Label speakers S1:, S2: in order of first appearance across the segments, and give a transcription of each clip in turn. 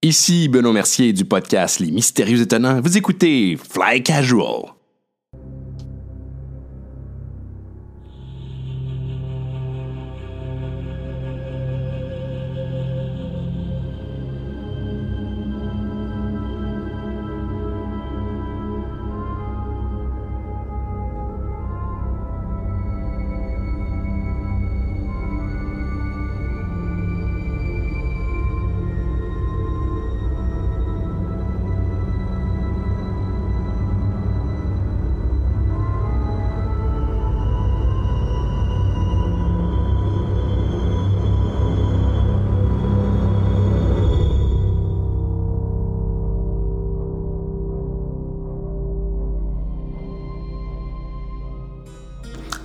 S1: Ici Benoît Mercier du podcast Les Mystérieux Étonnants. Vous écoutez Fly Casual.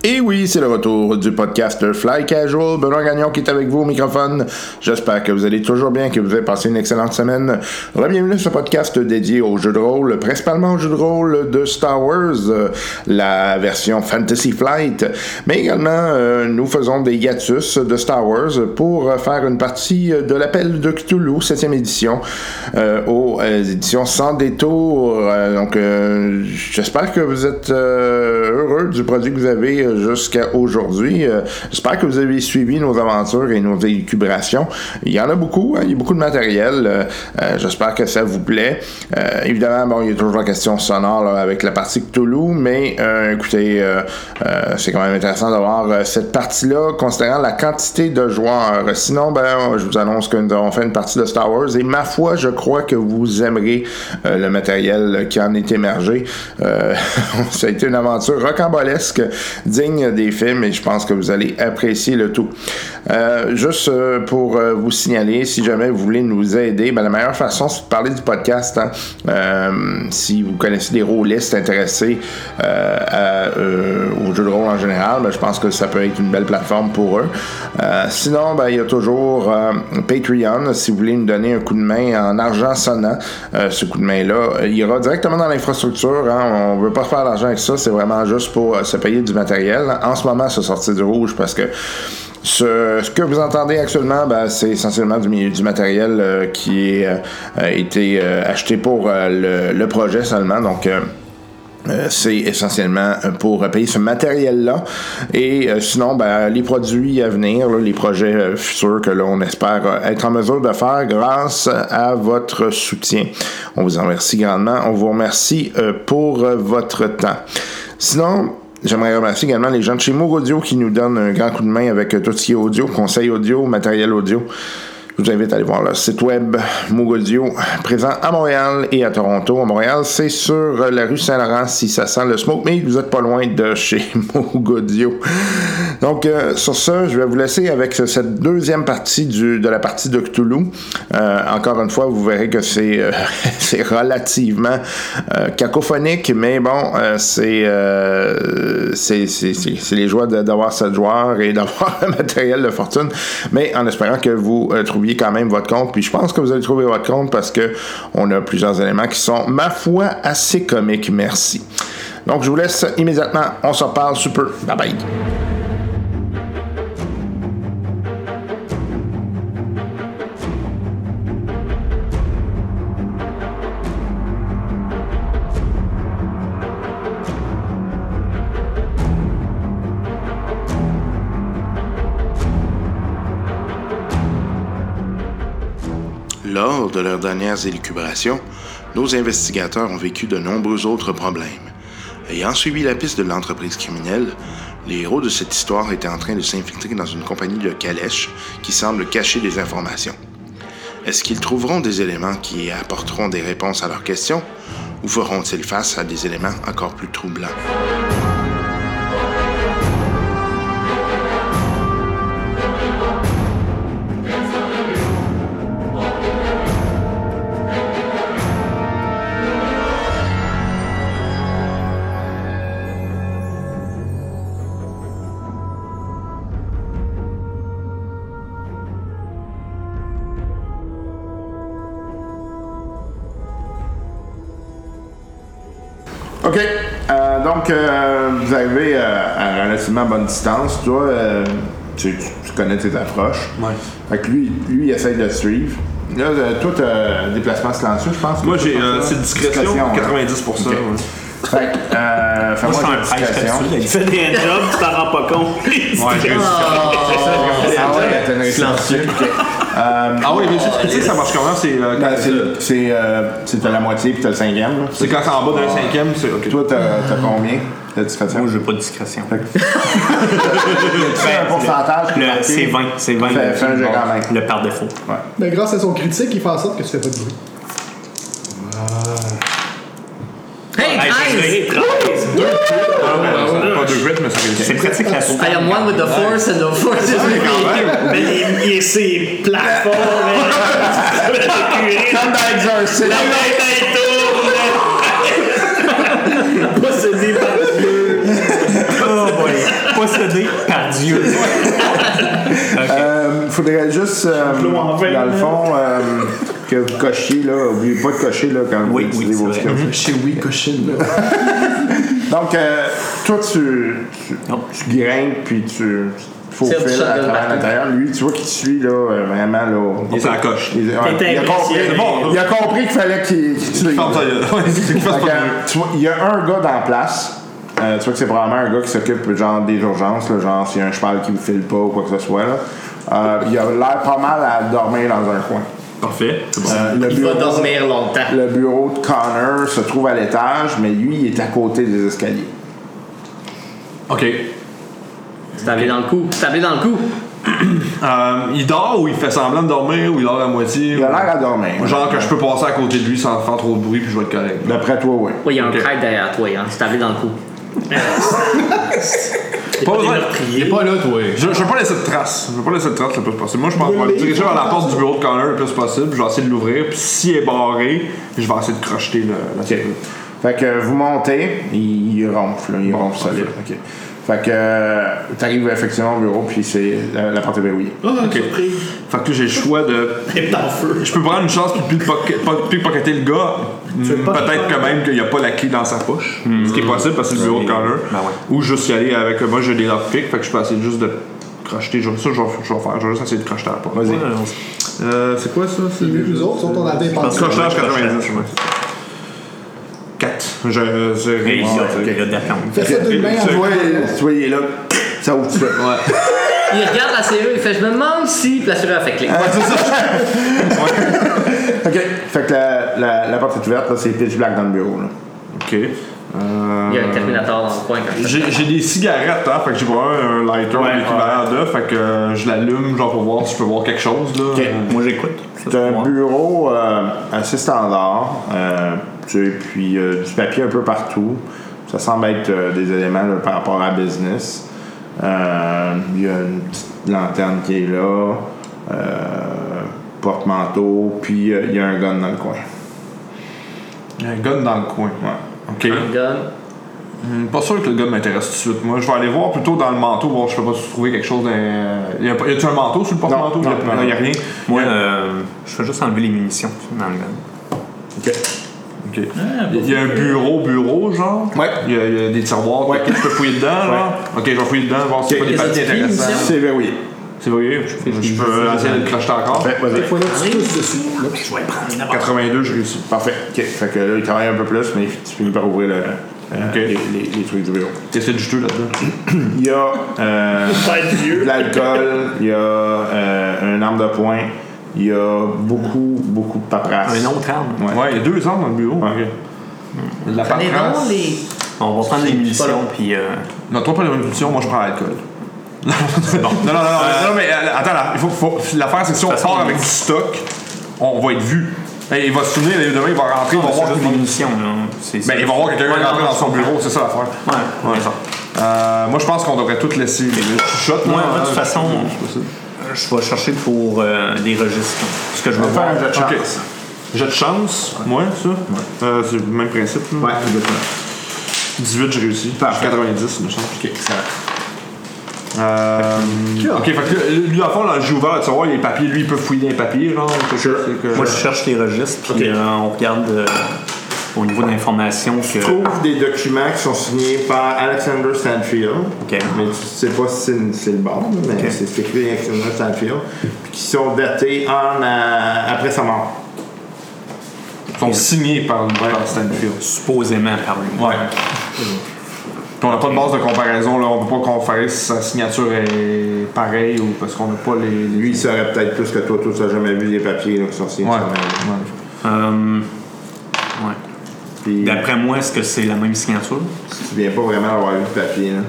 S2: Et oui, c'est le retour du podcast Fly Casual. Benoît Gagnon qui est avec vous au microphone. J'espère que vous allez toujours bien, que vous avez passé une excellente semaine. Bienvenue à ce podcast dédié aux jeux de rôle, principalement aux jeux de rôle de Star Wars, euh, la version Fantasy Flight. Mais également, euh, nous faisons des hiatus de Star Wars pour euh, faire une partie de l'appel de Cthulhu, 7e édition, euh, aux éditions sans détour. donc, euh, j'espère que vous êtes euh, heureux du produit que vous avez euh, jusqu'à aujourd'hui. Euh, J'espère que vous avez suivi nos aventures et nos élucubrations. Il y en a beaucoup, hein, il y a beaucoup de matériel. Euh, euh, J'espère que ça vous plaît. Euh, évidemment, bon, il y a toujours la question sonore là, avec la partie Cthulhu, mais euh, écoutez, euh, c'est quand même intéressant d'avoir cette partie-là, considérant la quantité de joueurs. Sinon, ben, je vous annonce que nous avons fait une partie de Star Wars et ma foi, je crois que vous aimerez euh, le matériel qui en est émergé. Euh, ça a été une aventure rocambolesque digne des films et je pense que vous allez apprécier le tout. Euh, juste euh, pour euh, vous signaler, si jamais vous voulez nous aider, ben, la meilleure façon, c'est de parler du podcast. Hein. si vous connaissez des rôlistes intéressés euh, à, aux jeux de rôle en général, ben, je pense que ça peut être une belle plateforme pour eux. sinon, il ben, y a toujours Patreon. Si vous voulez nous donner un coup de main en argent sonnant, euh, ce coup de main-là, il ira directement dans l'infrastructure. Hein. On ne veut pas faire d'argent avec ça. C'est vraiment juste pour euh, se payer du matériel. En ce moment, se sortir du rouge parce que ce, ce, que vous entendez actuellement, ben, c'est essentiellement du, du matériel euh, qui a euh, été euh, acheté pour euh, le, le, projet seulement. Donc, euh, c'est essentiellement pour euh, payer ce matériel-là. Et euh, sinon, ben, les produits à venir, là, les projets euh, futurs que l'on espère euh, être en mesure de faire grâce à votre soutien. On vous en remercie grandement. On vous remercie euh, pour votre temps. Sinon, J'aimerais remercier également les gens de chez Moog Audio qui nous donnent un grand coup de main avec euh, tout ce qui est audio, conseils audio, matériel audio. Je vous invite à aller voir leur site web Moog Audio, présent à Montréal et à Toronto. À Montréal, c'est sur la rue Saint-Laurent si ça sent le smoke, mais vous êtes pas loin de chez Moog Audio. Donc, euh, sur ce, je vais vous laisser avec cette deuxième partie du, de la partie de Cthulhu. Euh, encore une fois, vous verrez que c'est euh, relativement euh, cacophonique, mais bon, euh, c'est euh, les joies d'avoir cette joueur et d'avoir un matériel de fortune, mais en espérant que vous euh, trouviez quand même votre compte. Puis je pense que vous allez trouver votre compte parce que on a plusieurs éléments qui sont, ma foi, assez comiques. Merci. Donc je vous laisse immédiatement. On se reparle sous peu. Bye bye. Lors de leurs dernières élucubrations, nos investigateurs ont vécu de nombreux autres problèmes. Ayant suivi la piste de l'entreprise criminelle, les héros de cette histoire étaient en train de s'infiltrer dans une compagnie de calèches qui semble cacher des informations. Est-ce qu'ils trouveront des éléments qui apporteront des réponses à leurs questions ou feront-ils face à des éléments encore plus troublants? OK. Euh, donc, euh, vous arrivez euh, à relativement bonne distance.
S3: euh,
S2: Toi, tu, tu, connais tes approches.
S4: Ouais.
S2: Fait que lui, lui, il essaie de te suivre.
S3: Là, euh, toi, t'as un déplacement silencieux, je pense.
S5: Moi,
S3: Toi,
S5: j'ai
S3: t'as
S5: euh,
S3: ça?
S5: c'est discrétion,
S3: hein?
S5: 90%.
S3: Ok.
S5: ouais.
S3: Fait que, euh,
S5: Moi,
S3: fais-moi
S5: c'est un
S3: une
S5: prêtre
S3: discrétion.
S5: là, il
S6: Fais des jobs, tu t'en rends pas compte.
S5: Ouais, j'ai réussi.
S3: Ah
S5: euh,
S3: ouais, t'as une réussite. Ok. Euh,
S5: Ah oui, mais juste, tu sais, ça marche comment? C'est euh,
S3: ben,
S5: quand
S3: c'est, c'est, euh, c'est t'as la moitié puis t'as le cinquième. là.
S5: c'est quand c'est en bas d'un cinquième, c'est ok.
S3: Toi, t'as, t'as combien de discrétion?
S6: Moi, je veux pas de discrétion. Ben,
S3: C'est un pourcentage qui est
S6: Le-
S3: marqué.
S6: C'est 20. C'est 20.
S3: Fais- fais un jeu quand même.
S6: Le par défaut.
S7: Mais grâce à son critique, il fait en sorte que tu fais pas de bruit.
S2: Hey,
S6: Hey,
S2: guys!
S6: j'ai gagné 13.
S5: Ah Pas deux huit, mais ça
S6: C'est
S5: réussit.
S6: pratique la soupe.
S2: I am one with the force and the force is with me.
S6: Mais il- il- c'est plafond, mais- mais c'est curé.
S3: Comme dans Exorcist.
S6: La tête, elle tourne. Possédé par Dieu. Oh boy. Possédé par Dieu.
S3: Euh, faudrait juste, euh,
S6: L'eau en veine.
S3: dans le fond, euh, que vous cochiez, là. Oubliez pas de cocher, là, quand
S6: Oui,
S3: vous utilisez
S6: oui,
S3: vos
S6: c'est
S3: skills.
S6: vrai.
S7: Chez oui, cochine. là.
S3: Donc, euh, toi, tu, tu,
S6: Non.
S3: tu grimpes, puis tu
S2: Tire du
S3: faufiles à
S2: shotgun
S3: travers
S2: partout.
S3: l'intérieur. Lui, tu vois qu'il te suit, là, euh, vraiment, là. au-
S5: Il s'accroche.
S3: Il, ouais,
S6: T'es
S3: il a compris,
S6: impressionné.
S3: bon, il a compris qu'il fallait qu'il qu'il tue.
S5: Ferme ta gueule. Ouais, c'est qu'il fasse
S3: Fait que,
S5: pas
S3: euh, tu vois, il y a un gars dans la place. Euh, tu vois que c'est probablement un gars qui s'occupe genre des urgences, là, genre s'il y a un cheval qui vous file pas ou quoi que ce soit. Là. Euh, il a l'air pas mal à dormir dans un coin.
S5: Parfait. C'est bon.
S3: Euh, le,
S2: Il va
S3: bureau,
S2: dormir longtemps.
S3: le bureau de Connor se trouve à l'étage, mais lui, il est à côté des escaliers.
S5: Ok.
S2: C'est tablé dans le cou. C'est tablé dans le cou.
S5: Euh, il dort ou il fait semblant de dormir ou il dort à moitié?
S3: Il a l'air à dormir.
S5: Genre que je peux passer à côté de lui sans faire trop de bruit puis je vais être correct.
S3: D'après toi, oui.
S2: Oui, il y a un
S5: Ok.
S2: prêtre derrière toi, hein. C'est tablé dans le cou.
S5: Pas besoin.
S8: Il est pas là, toi.
S5: Je, je veux pas laisser de traces. Je veux pas laisser de traces le plus possible. Moi, je pense que je vais me diriger vers la porte du bureau de Connor le plus possible. Je vais essayer de l'ouvrir. Puis s'il est barré, je vais essayer de crocheter le, la
S3: OK. Fait que vous montez, il, il ronfle, là, il
S5: Bon,
S3: ronfle solide. OK. Fait que euh, t'arrives effectivement au bureau, puis c'est la, la porte est verrouillée.
S5: Ok. Fait que là, j'ai le choix de.
S6: Et par feu.
S5: Je peux prendre une chance puis pickpocket- pas- pickpocketer le gars. Hmm, Peut-être quand même qu'il n'y a pas la clé dans sa poche. Ce qui est possible parce que c'est le bureau de Connor. Ou juste y aller avec. Moi, j'ai des lockpicks. Fait que je peux essayer juste de crocheter. Je- Ça, je vais, je vais faire. Je vais juste essayer de crocheter à la porte.
S3: Vas-y.
S5: Euh, c'est quoi ça? C'est
S7: Les autres sont en indépendance.
S5: Crochetage 90, ouais. 4. Je. je
S6: Il
S5: réussis.
S6: y a- il y a de la plante.
S7: Fais ça d'une main
S3: Tu
S7: à
S3: vois, tu vois, il est là, ça ouvre tout de suite.
S2: Il regarde la serrure, il fait Je me demande si puis la serrure a fait clic.
S3: OK. Fait que la, la, la porte est ouverte, là, c'est pitch black dans le bureau. Là.
S5: Ok. Euh,
S2: Il y a un Terminator dans le coin comme ça.
S5: J'ai j'ai des cigarettes, hein, fait que j'ai pas un lighter
S6: Ouais,
S5: l'équivalent de, fait que euh, je l'allume, genre pour voir si je peux voir quelque chose, là.
S6: Moi, j'écoute.
S3: C'est un bureau euh, assez standard, euh, tu sais, puis euh, du papier un peu partout. Ça semble être euh, des éléments là, par rapport à business. Euh, Il y a une petite lanterne qui est là, euh, porte-manteau, puis euh, il y a un gun dans le coin.
S5: Il y a un gun dans le coin.
S3: Ouais.
S5: Ok.
S9: Hein?
S2: Gun.
S5: Hum, Pas sûr que le gun m'intéresse tout de suite. Moi, je vais aller voir plutôt dans le manteau, voir si je peux pas trouver quelque chose. Dans... Y a, pas- y a-tu un manteau sur le porte-manteau?
S3: Non,
S5: Y a-
S3: non, non.
S5: y a rien.
S6: Moi, euh, je vais juste enlever les munitions dans le gun.
S5: Ok. Il y a un bureau, bureau, genre.
S3: Ouais.
S5: Il y, a- y a des tiroirs. Ouais. Je peux fouiller dedans, genre. Ok, je vais fouiller dedans, voir si c'est pas des
S2: Qu'est-ce que
S5: papiers
S2: c'est,
S5: intéressants.
S2: munitions?
S3: C'est verrouillé.
S5: C'est vrai, je, je peux essayer de le crocheter encore.
S3: Fait, vas-y.
S7: Faut là que tu pousses dessus. Là,
S6: Je vais prendre la
S5: 82, je réussis.
S3: Parfait. OK. Fait que là, il travaille un peu plus, mais tu finis par ouvrir le, euh,
S5: OK.
S3: les, les- les trucs du bureau.
S5: Qu'est-ce que c'est du jeu là-dedans?
S3: Il y a euh, de l'alcool, il y a euh, un arme de poing, il y a beaucoup, beaucoup de paperasse.
S6: Un autre arme.
S3: Ouais.
S5: Ouais, il y a deux ans dans le bureau.
S3: Ouais.
S5: Ok. Il y a de la
S2: Mais non,
S5: paperasse.
S2: les.
S6: On va prendre les munitions, puis. euh,
S5: Non, toi, pas la révolution, moi je prends l'alcool. C'est bon. Non, non, non, non, non, mais euh, attends, là, il faut, faut- l'affaire, c'est que si on
S6: De toute façon,
S5: part avec
S6: on-
S5: du stock, on va être vu. Et il va se souvenir, demain, il va rentrer, il va
S6: c'est
S5: voir qu'il
S6: juste des
S5: va-
S6: munitions, là. C'est-
S5: Ben, il va voir quelqu'un
S6: Ouais,
S5: rentrer
S6: non,
S5: dans son bureau, c'est ça l'affaire.
S6: Ouais, ouais, ça.
S5: Euh, moi, je pense qu'on devrait tout laisser. Je chuchote,
S6: Moi,
S5: là,
S6: de toute
S5: hein,
S6: façon,
S5: c'est possible.
S6: je vais chercher pour euh, des registres. Ce que je veux
S3: Faire
S6: voir.
S3: un
S6: Ah,
S3: jeu de
S5: Ok.
S3: chance.
S5: J'ai de chance, moi, ça. Euh, c'est le même principe. là.
S3: Ouais, exactement.
S5: 18, j'ai réussi.
S3: Parfait.
S5: J'ai 90, me semble.
S3: OK, excellent.
S5: Euh, ok, fait que là, lui, à fond, là, j'ai ouvert le tiroir, les papiers, lui, il peut fouiller dans les papiers, genre. quelque chose, c'est que-
S6: Moi, je cherche les registres, puis euh, on regarde euh, au niveau de l'information que.
S3: Trouve des documents qui sont signés par Alexander Stanfield.
S6: OK.
S3: Mais tu sais pas si c'est- c'est le bon, mais
S6: OK.
S3: c'est écrit Alexander Stanfield. Puis qui sont datés en, euh, après
S5: après sa mort. Ils sont signés par, par Stanfield.
S6: Supposément par lui.
S5: Ouais. Puis on n'a pas de base de comparaison, là. On peut pas comparer si sa signature est pareille ou parce qu'on n'a pas les. les-
S3: Lui, il saurait peut-être plus que toi. Toi, tu n'as jamais vu les papiers là, qui sont signés.
S5: Ouais.
S3: sur-
S5: ouais.
S6: Euh, ouais.
S3: Puis,
S6: D'après moi, est-ce que c'est la même signature?
S3: tu ne viens pas vraiment d'avoir lu le papier. hein.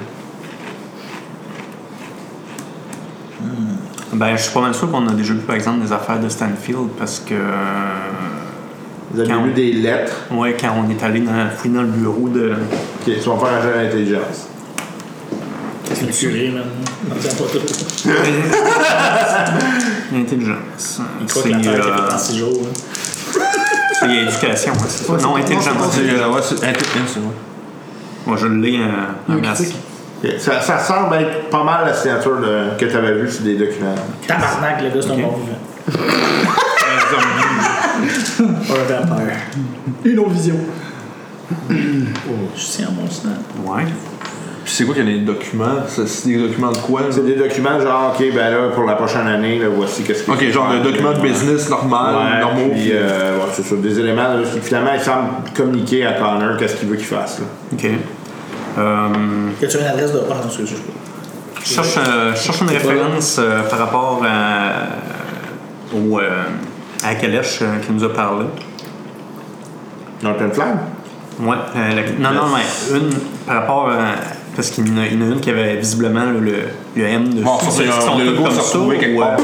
S3: Là.
S6: Ben, je suis pas mal sûr qu'on a déjà vu, par exemple, des affaires de Stanfield parce que. euh,
S3: Vous avez
S6: Quand-
S3: lu des lettres
S6: ouais, quand on est allé dans, fouiller dans le bureau de.
S3: qui sont faire un jeu d'intelligence.
S8: C'est le curé, man. On tient pas tout.
S6: Intelligence.
S8: Il croit que la Terre était faite en six jours. hein.
S6: euh, C'est éducation, hein, c'est ça? Non, intelligence.
S5: C'est, euh, ouais, c'est- intelligent, c'est vrai.
S6: Moi, je l'ai euh, en masse.
S3: Ok. Ça, ça semble être pas mal la signature de- que tu avais vue sur des documents.
S8: Tabarnak, le gars, c'est un bon vivant. Un vampire. Une autre vision. Oh, je tiens mon snap.
S6: Ouais.
S5: Puis c'est quoi qu'il y a des documents C'est c'est des documents de quoi là?
S3: C'est des documents genre, OK, ben là, pour la prochaine année, là, voici qu'est-ce que...
S5: Ok, genre le document de business normal,
S3: Ouais,
S5: normaux.
S3: puis, euh, ouais, c'est ça, des éléments, là, qui, finalement, il semble communiquer à Connor qu'est-ce qu'il veut qu'il fasse. là.
S6: Ok. Euh,
S8: Que tu as une adresse de. Ah non, excuse, je
S6: je cherche, euh, je cherche une référence euh, par rapport à, au, euh, à la calèche euh, qui nous a parlé.
S3: Dans le plein flamme?
S6: Ouais, euh, la- non, non, mais une par rapport à. Parce qu'il y en a, il y en a une qui avait visiblement le, le, le M de
S5: Bon, ça, c'est un- le logo s'est retrouvé quelque part. là,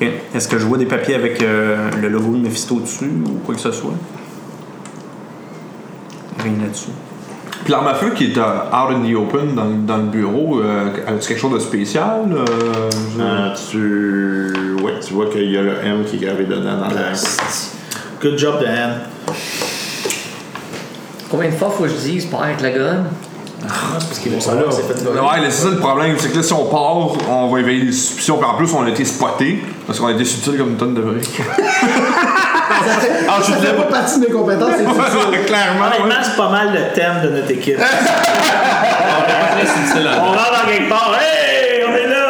S5: ouais.
S6: euh, Est-ce que je vois des papiers avec euh, le logo de Mephisto dessus ou quoi que ce soit? Rien là-dessus.
S5: Puis l'arme à feu qui est euh, out in the open dans, dans le bureau, euh, as-tu quelque chose de spécial euh, je-
S3: Euh, tu... Ouais, tu vois qu'il y a le M qui est gravé dedans dans la...
S8: peux. Good job, Dan.
S2: Combien de fois faut que je dise par avec la gun?
S8: Ah, c'est parce qu'il veut savoir c'est fait
S5: Ouais,
S8: voler.
S5: là, c'est ça le problème, c'est que là, si on part, on va éveiller les suspicions. Puis en plus, on a été spotés, parce qu'on a été subtil comme une tonne de briques.
S7: Ah, ça fait pas partie de mes compétences, c'est
S5: Clairement, ouais.
S8: Honnêtement, c'est pas mal le thème de notre équipe.
S1: Très subtil,
S8: On
S1: hein.
S8: rentre dans quelque part. Hey, on est là!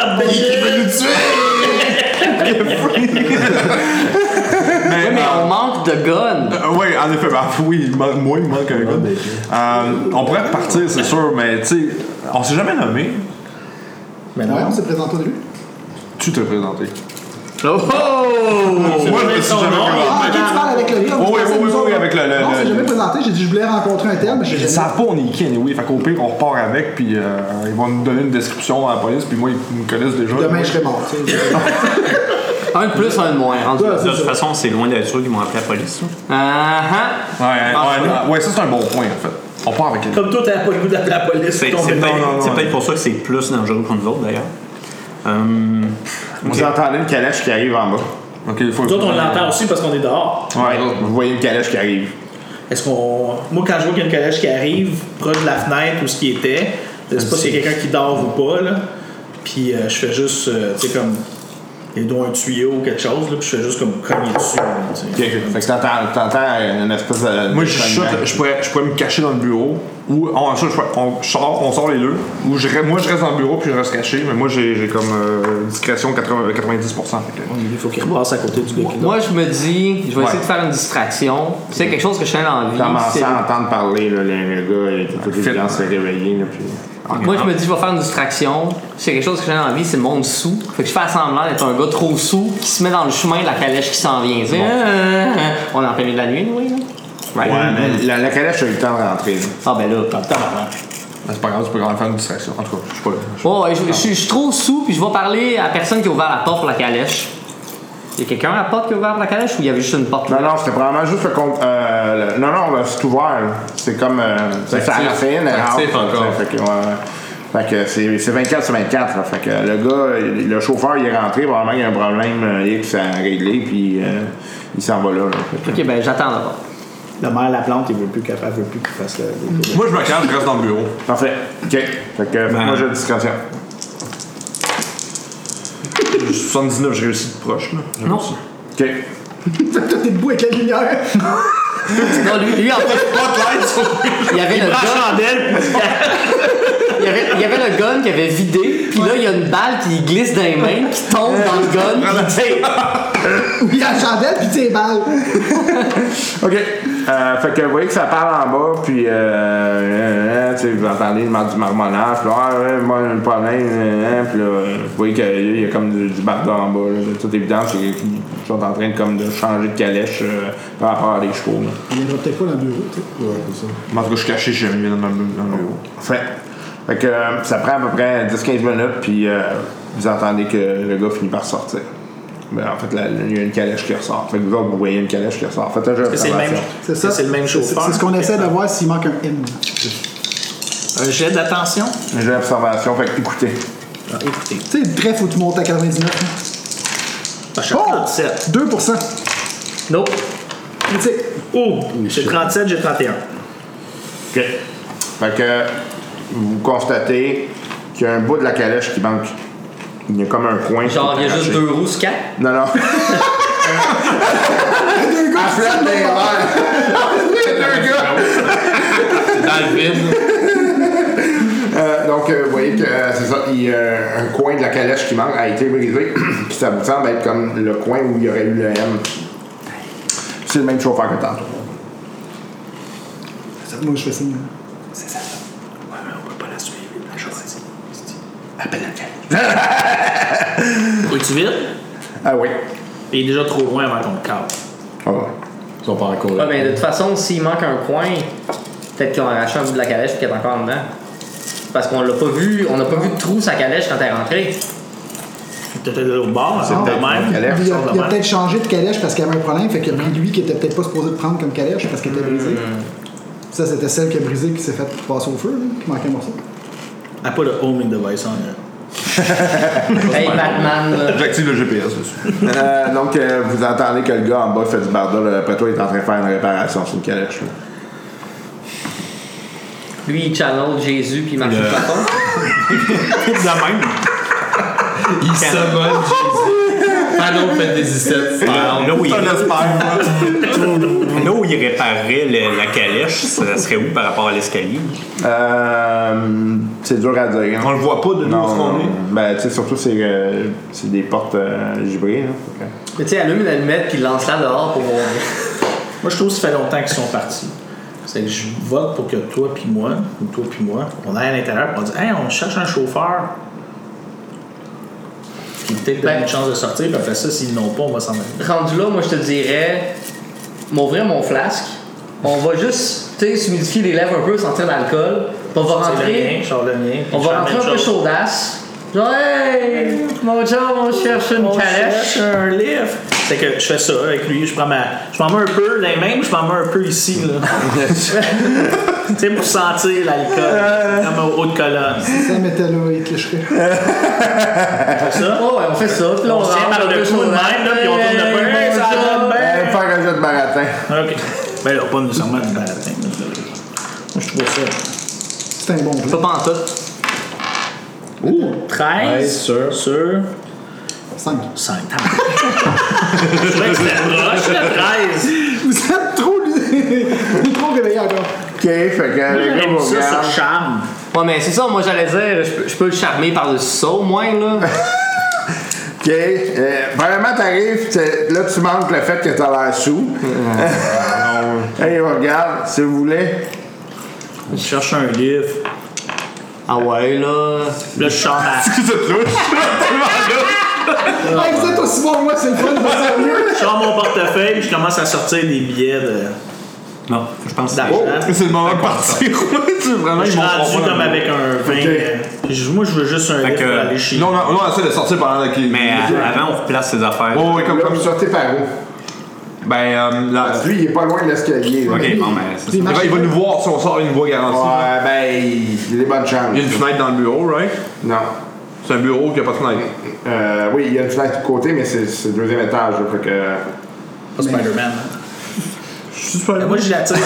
S8: Ah, bon Dieu!
S5: Mais,
S2: Mais
S5: euh,
S2: on manque de gun!
S5: Euh, oui, en effet, bah, oui, il manque- moi, il me manque un gars. Euh, on pourrait repartir, c'est sûr, mais tu sais, on s'est jamais nommé.
S8: Mais
S7: Ouais,
S8: non.
S7: on s'est présenté au début.
S5: Tu t'es présenté.
S2: Oh!
S5: Moi, je me suis jamais
S7: Ah, ok,
S5: présenté.
S7: tu parles avec le gars.
S5: Oui,
S7: vous
S5: oui,
S7: pensez
S5: oui,
S7: nous
S5: oui,
S7: autres,
S5: oui, avec le- le-
S7: Non,
S5: le-
S7: c'est jamais présenté. J'ai dit, je voulais rencontrer un tel, mais j'ai
S5: Ils
S7: jamais.
S5: savent pas on est qui, anyway. Fait qu'au pire, on repart avec, puis euh, ils vont nous donner une description à la police, puis moi, ils me connaissent déjà.
S7: Demain, je serai mort. tu sais.
S2: Un de plus, un de moins, rendu
S5: Ah,
S2: là.
S6: De toute façon, c'est loin d'être sûr qu'ils m'ont appelé la police. là.
S2: Ah
S5: Ouais, ouais,
S2: Ah,
S5: ouais, ouais, ça, c'est un bon point, en fait. On part avec les
S8: Comme toi, t'avais pas le goût d'appeler la police.
S6: C'est
S8: ton
S6: c'est
S8: bébé.
S6: peut-être
S5: non,
S6: c'est
S5: non.
S6: peut-être pour ça que c'est plus dangereux pour nous autres, d'ailleurs. Euh,
S3: Vous entendez une calèche qui arrive en bas.
S5: Ok, il faut.
S8: Nous autres, on l'entend aussi parce qu'on est dehors.
S3: Ouais, vous voyez une calèche qui arrive.
S8: Est-ce qu'on. Moi, quand je vois qu'il y a une calèche qui arrive proche de la fenêtre ou ce qui était, je sais pas s'il y a quelqu'un qui dort ou pas, là. Puis euh, je fais juste, euh, tu sais, comme. Il doit un tuyau ou quelque chose, là, puis je fais juste comme cogner dessus. là, tu sais.
S3: Fait que t'entends, t'entends une espèce de.
S5: Moi, je, shot, je, pourrais, je pourrais me cacher dans le bureau. Ou on, ça, je pourrais- on sort, on sort les deux. Ou je, re- moi, je reste dans le bureau puis je reste caché. Mais moi, j'ai j'ai comme euh, discrétion 80, 90%. fait que-
S8: Il faut qu'il repasse à côté du gars qui dort.
S2: Moi, je me dis, je vais essayer
S5: Ouais.
S2: de faire une distraction. C'est quelque chose que je tiens dans la vie.
S3: commencé
S2: c'est-
S3: à entendre parler, là, le, le gars, il était tout évident se réveiller. Là, puis...
S2: Moi, je me dis, je vais faire une distraction. C'est quelque chose que j'ai dans la vie, c'est le monde sous. Fait que je fais semblant d'être un gars trop sous qui se met dans le chemin de la calèche qui s'en vient. Tu sais, Ah, ah, ah. on est en plein milieu de la nuit, oui.
S3: Ouais, mais la, la calèche a eu le temps de rentrer. là.
S2: Ah, ben là, tant
S5: Mais C'est pas grave, tu peux quand même faire une distraction. En tout cas, je suis pas là. Je-
S2: Ouais, ouais, je, je suis- je suis trop sous, puis je vais parler à la personne qui a ouvert la porte pour la calèche. Il y a quelqu'un à la porte qui a ouvert la calèche ou il y avait juste une porte là?
S3: Non, non, c'était probablement juste le compte. Euh, le- non, non, là, c'est ouvert. là. C'est comme. Euh, c'est
S1: actif.
S3: à la fin,
S1: C'est actif encore.
S3: Fait que, ouais, ouais. Fait que c'est c'est 24 sur 24. là. fait que le gars, il- le chauffeur, il est rentré. Probablement qu'il y a un problème euh, X à régler, puis euh, il s'en va là. là. Fait que-
S2: Ok, ben j'attends d'abord.
S8: La mère, la plante, il veut plus capable, veut plus qu'il fasse le.
S7: Mm.
S5: Moi, je me cache, je reste dans le bureau.
S3: Parfait. OK. Fait que
S6: Ben-
S3: moi, j'ai discrétion.
S5: 79, je réussis de proche. Là.
S6: non.
S3: OK.
S7: Toi, t'es debout avec la lumière.
S9: Non, lui, lui, en fait, il y avait le gun.
S8: Chandelle, puis
S9: Il y, avait, il y avait le gun qui avait vidé, puis là, il y a une balle qui glisse dans les mains, qui tombe dans le gun.
S7: Puis la chandelle, puis tes balles.
S3: OK. Euh, fait que vous voyez que ça parle en bas, puis euh, euh, euh, tu sais, vous entendez le mar- du marmonnage, puis là, ah, ouais, moi, j'ai un problème, euh, euh, puis là, vous voyez qu'il y a comme du, du barda en bas, là, de toute évidence, c'est qu'ils sont en train de, comme, de changer de calèche euh, par rapport à des chevaux. là.
S7: Il viendra peut-être pas dans le bureau, tu sais. Ouais, c'est ça.
S5: Mais en tout cas, je suis caché, j'ai jamais mis dans ma dans ma bureau.
S3: Fait, fait que euh, ça prend à peu près 10-15 minutes, puis euh, vous entendez que le gars finit par sortir. Mais en fait, là, il y a une calèche qui ressort. Fait que vous, autres, vous voyez une calèche qui ressort. Faites un jeu
S8: c'est le même.
S3: d'observation.
S7: C'est ça.
S8: C'est le même
S7: C'est
S8: chauffeur.
S7: c'est ce qu'on essaie de voir s'il manque un M.
S8: Un jet d'attention.
S3: Un jeu d'observation. Fait que écoutez.
S8: Ah, écoutez.
S7: Tu sais, le trèfle où tu montes à 99.
S8: J'ai 37.
S7: 2
S8: Nope.
S7: Critique.
S8: Oh, j'ai 37, j'ai 31.
S3: OK. Fait que vous constatez qu'il y a un bout de la calèche qui manque. Il y a comme un coin.
S9: Genre,
S3: qui
S9: il
S3: est
S9: y a juste
S3: arraché.
S9: deux roues sur quatre.
S3: Non, non.
S7: Deux gars,
S3: À flat des verres. Les deux gars.
S10: Dans le vide.
S3: Euh, donc, euh, vous voyez que euh, c'est ça, il y a un coin de la calèche qui manque, a été brisé, puis ça vous semble être comme le coin où il y aurait eu le M. C'est le même chauffeur que tantôt.
S7: Ça, Moi, je fais signe.
S8: Faut-tu vite?
S3: Ah oui.
S8: Il est déjà trop loin avant qu'on le casse.
S3: Ah ouais.
S10: Ils sont pas encore
S9: Ouais,
S10: là.
S9: mais de toute façon, s'il manque un coin, peut-être qu'on a arraché un bout de la calèche et qu'elle est encore dedans. Parce qu'on l'a pas vu, on n'a pas vu de trou sa calèche quand elle est rentrée.
S8: Peut-être de l'autre bord, c'est
S7: peut-être
S8: de même.
S3: une calèche,
S7: Ah, Il a,
S8: de
S7: il a
S8: même.
S7: peut-être changé de calèche parce qu'il avait un problème, fait qu'il y a bien lui qui était peut-être pas supposé de prendre comme calèche parce qu'elle était brisée. Ça, c'était celle qui a brisé qui s'est fait passer au feu, là, qui manquait un morceau.
S8: Ah, pas le homing device on it.
S9: Hey Batman, là.
S5: J'active le GPS dessus.
S3: Euh, donc, euh, vous entendez que le gars en bas fait du barda, là, après toi, il est en train de faire une réparation sur une calèche. là.
S9: lui il channel Jésus puis il marche sur le plafond.
S6: de même.
S10: Ils s'abonnent, Jésus. Pardon, faites des hystéries.
S6: là, où il,
S5: l'espère,
S6: là où il réparerait le- la calèche, ça serait où par rapport à l'escalier?
S3: Euh, c'est dur à dire. hein.
S5: On le voit pas de nous où
S3: Non,
S5: on
S3: non.
S5: est.
S3: Ben, tu sais, surtout, c'est euh, c'est des portes euh, gibrées. là. Fait que-
S9: Mais tu sais, allume une allumette puis lance-la dehors pour voir.
S8: Moi, je trouve que ça fait longtemps qu'ils sont partis. C'est que je vote pour que toi puis moi, ou toi puis moi, on aille à l'intérieur et on dit Hey, on cherche un chauffeur. Qui peut-être donne
S9: Ben-
S8: une chance de sortir, puis après ça, s'ils n'ont pas, on va s'en aller.
S9: Rendu là, moi je te dirais, m'ouvrir mon flasque. On va juste, tu sais, s'humidifier les lèvres un peu, sentir l'alcool. Puis On va rentrer.
S8: Je sors le mien,
S9: On
S8: je
S9: va
S8: sors la
S9: rentrer
S8: même
S9: un peu
S8: chose.
S9: chaudasse. Genre, hey, mon job, on cherche une
S8: On
S9: calèche.
S8: cherche un livre. C'est que je fais ça avec lui, je prends ma. Je m'en mets un peu les mêmes, je m'en mets un peu ici là. tu sais pour sentir
S9: Euh.
S8: l'alcool. Comme au haut de colonne.
S7: Ça mettait là, il te lécherait.
S8: C'est ça?
S9: Oh, ouais, on fait ça. Puis là,
S8: On se tient
S9: rentre
S8: par
S9: un peu
S8: le cou de
S9: chaudasse.
S8: même, là, puis on tourne le
S9: Hey,
S8: poing,
S9: mon
S8: ça
S9: job.
S8: donne bien.
S3: Euh, faire un jeu de baratin.
S8: OK. Ben là, pas nécessairement du baratin. là. Moi, je trouve ça.
S7: C'est un bon jeu.
S9: Pas pantoute.
S8: 13 sur,
S7: 5.
S8: 5. Je trouvais que c'était proche, là, 13.
S7: Vous êtes trop, vous êtes trop réveillé encore.
S3: OK, fait que le gars
S8: J'aime
S3: vous
S8: ça
S3: regarde.
S8: sur charme.
S9: Ouais, mais c'est ça, moi j'allais dire, je peux, je peux le charmer par-dessus ça au moins, là.
S3: OK. Euh, Premièrement, t'arrives, t'es- là, tu manques le fait que t'as l'air sous. hey, regarde, si vous voulez.
S8: Je cherche un livre.
S9: ah ouais, là.
S8: Là, je chante à
S7: Hey, vous êtes aussi bon que moi, c'est le fun, vous êtes sérieux.
S8: Je sors mon portefeuille, je commence à sortir des billets de-
S6: Non, je pense que
S8: d'argent.
S5: C'est le moment de partir. Ouais, tu vraiment,
S8: je
S5: ils
S8: suis
S5: m'ont
S8: rendu
S5: compris.
S8: comme avec un vin. euh, je- Moi, je veux juste un
S6: Fait
S8: livre
S6: que-
S8: pour aller chez
S5: Non, non, non, on essaie de sortir pendant qu'il.
S6: Mais euh, avant, on replace ses affaires.
S5: Oh, ouais, comme
S3: Là, vous
S5: comme ça.
S3: sortez par où?
S5: Ben, euh, là.
S3: Lui, il est pas loin de l'escalier. là.
S6: ok, bon, ben,
S7: Puis
S6: c'est ça.
S7: il
S5: Il
S7: marche-
S5: va, il va nous voir si on sort une voie garantie.
S3: Ouais, ben, il il est bonne chance.
S5: Il y a une fenêtre dans le bureau, right?
S3: Non.
S5: C'est un bureau qui a pas de fenêtre.
S3: Euh, oui, il y a une fenêtre de côté, mais c'est c'est le deuxième étage. là, Fait que.
S8: Pas Spider-Man. Mais Moi, je la tire.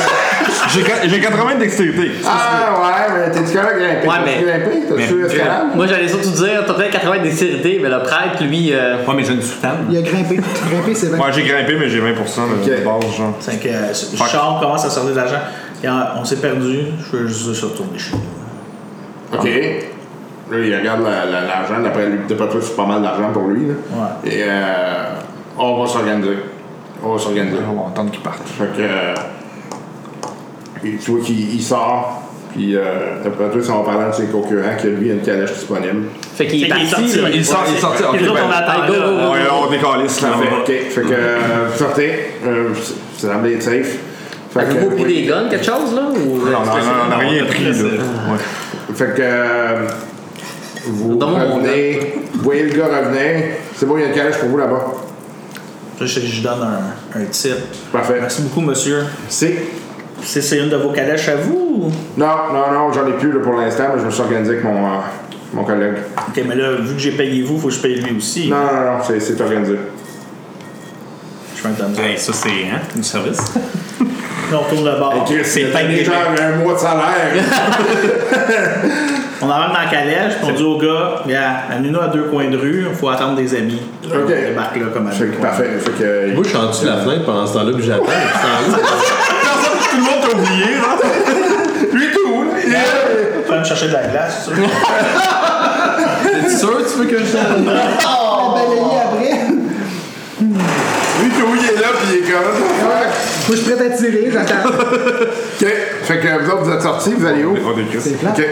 S5: J'ai qua- J'ai 80 de dextérité.
S3: Ah ouais, mais t'es-tu correct grimper?
S2: Ouais, mais-
S3: T'as-tu grimpé? T'as-tu escalade?
S2: Moi, j'allais surtout dire, t'as peut-être 80 de dextérité, mais le prêtre, lui, euh,
S6: Ouais, mais j'ai une soutane.
S7: Il a grimpé. Grimpé, c'est 20.
S5: Ouais, j'ai grimpé, mais j'ai 20% de
S3: Ok.
S5: base, genre.
S8: C'est que euh, le char commence à sortir de l'argent. Et, euh, on s'est perdu. Je veux juste retourner chez nous.
S3: OK. Là, il regarde la- la- l'argent. D'après lui, d'après toi, c'est pas mal d'argent pour lui. Là.
S8: Ouais.
S3: Et euh, on va s'organiser. On va s'organiser.
S5: On va entendre qu'il parte.
S3: Fait que. euh, il- tu vois qu'il il sort. Puis, euh, d'après toi, si on parlant de ses concurrents, que lui, il y a une calèche disponible.
S2: fait qu'il est
S8: Fait qu'il est
S2: parti.
S8: sorti,
S2: là.
S8: ouais.
S5: Il sort, il sort.
S2: Il
S5: Ok,
S2: retourne
S5: ben,
S2: à la taille,
S8: Ouais,
S2: go, go, go.
S5: Ouais, on décalisse, là.
S3: Fait, OK. Fait que, euh, vous sortez. Euh, ça semble être safe. Fait que,
S2: Avez-vous pris
S3: oui.
S2: des guns, quelque chose, là? Ou...
S5: Non, non, non, on n'a rien pris, là.
S3: Fait que. euh, vous
S2: Dans mon
S3: revenez. Vous voyez le gars revenir. C'est bon, il y a une calèche pour vous là-bas.
S8: Là, je, je donne un, un tip.
S3: Parfait.
S8: Merci beaucoup, monsieur.
S3: C'est
S8: C'est c'est une de vos calèches à vous? ou-
S3: Non, non, non, j'en ai plus là, pour l'instant, mais je me suis organisé avec mon, euh, mon collègue.
S8: Ok, mais là, vu que j'ai payé vous, faut que je paye lui aussi.
S3: Non, non, non, c'est- c'est organisé.
S8: Je fais un thumbs up.
S6: Hey, ça, c'est hein, du service.
S8: Là, on tourne Ah, le bord.
S6: c'est
S3: pas
S6: pas
S3: déjà un mois de salaire.
S8: On arrive dans la calèche, puis on dit au gars, regarde, amenez-nous à deux coins de rue, faut attendre des amis. On débarque là comme à
S3: Fait
S8: deux
S3: que,
S8: coins.
S3: parfait, fait que.
S1: Moi, je suis en dessous de la fenêtre pendant ce temps-là, puis j'attends. puis je suis en haut.
S5: Tout le monde t'a oublié, là. Lui, tout, là. Il est-
S8: On peut me chercher de la glace, ça.
S1: T'es sûr que tu veux que je t'attende?
S7: On va balayer après.
S3: Lui, tout, il est là, puis il est comme.
S7: Moi, je suis prêt à tirer, j'attends.
S3: Ok, fait que vous autres, vous êtes sortis, vous allez où?
S5: On décalisse.
S7: C'est plat.
S3: Ok.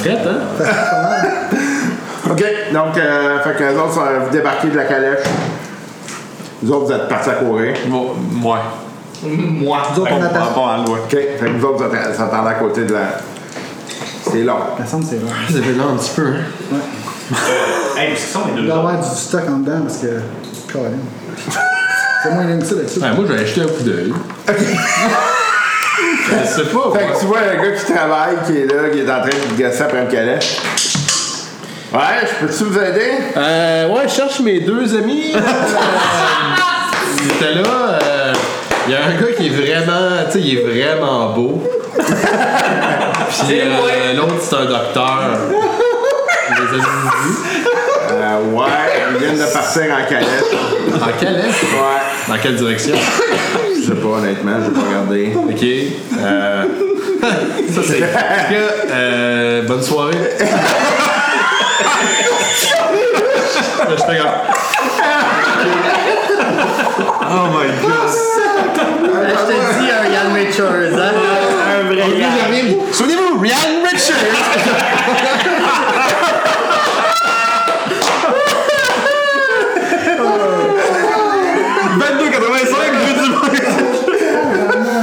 S1: Prête, hein?
S3: Ok, donc, euh, fait que les autres, euh, vous débarquez de la calèche. Vous autres, vous êtes partis à courir.
S5: Bon, Ouais.
S2: Moi.
S7: Nous autres, on
S5: Pas
S7: attend.
S5: mal, ouais.
S3: Ok, fait que vous autres, vous êtes- vous attendez à côté de la. C'est long.
S7: Ça me semble que c'est vrai.
S1: Vous avez là un petit peu, hein?
S6: Hey, parce que ça, on
S7: Il
S6: est deux.
S7: doit y avoir du stock en dedans parce que. Caroline. C'est moins ligne que ça là-dessus.
S1: Ouais, Ben, moi, je vais acheter un coup d'œil. je sais pas,
S3: Fait
S1: moi.
S3: que tu vois un gars qui travaille, qui est là, qui est en train de gasser après une calèche. Ouais, je peux-tu vous aider?
S1: Euh, ouais, je cherche mes deux amis. Euh, Ils étaient là. euh, Il y a un gars qui est vraiment. Tu sais, il est vraiment beau. Puis euh, l'autre, c'est un docteur. Des amis.
S3: Euh, ouais, ils viennent de partir en calèche.
S1: Dans quelle est
S3: Ouais,
S1: Dans quelle direction
S3: je sais pas, honnêtement, j'ai pas regardé.
S1: Ok. Euh... ça, c'est. En tout cas, euh, bonne soirée. Là, je fais comme-
S5: Oh my god.
S2: Je te dis, un Yann Richards, hein?
S8: Un vrai
S1: Lui, il a
S8: gars.
S1: rien dit. Souvenez-vous, Ryan Richards!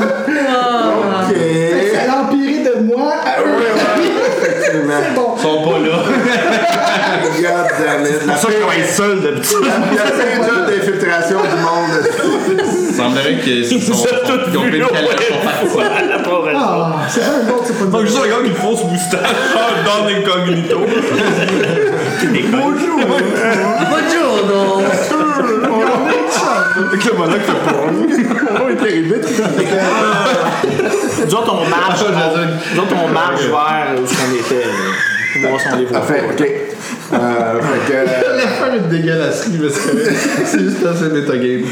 S3: Ok. Ouais,
S7: Elle a empiré de moi.
S3: ouais, effectivement.
S7: Bon,
S1: Ils sont pas là.
S3: God damn it.
S5: C'est pour ça que je travaille seul d'habitude.
S3: Il y a plein de jobs d'infiltration du monde.
S1: Il semblerait qu'ils sont. Ils ont pris le calèche pour partir.
S7: ah, c'est pas un bon, c'est pas une bonne.
S5: Juste un gars avec une fausse moustache
S3: Oh,
S5: dans l'incognito. Bonjour!
S2: Bonjour, non?
S5: Avec le monocle fait pas.
S8: Nous autres, on marche.
S3: Ah,
S8: on- Nous autres, on marche vers où on était. là. Pour voir si on les voit.
S3: Parfait, ok. Euh, fait que. euh,
S1: allait faire une dégueulasserie, mais c'est correct. C'est juste assez métagame.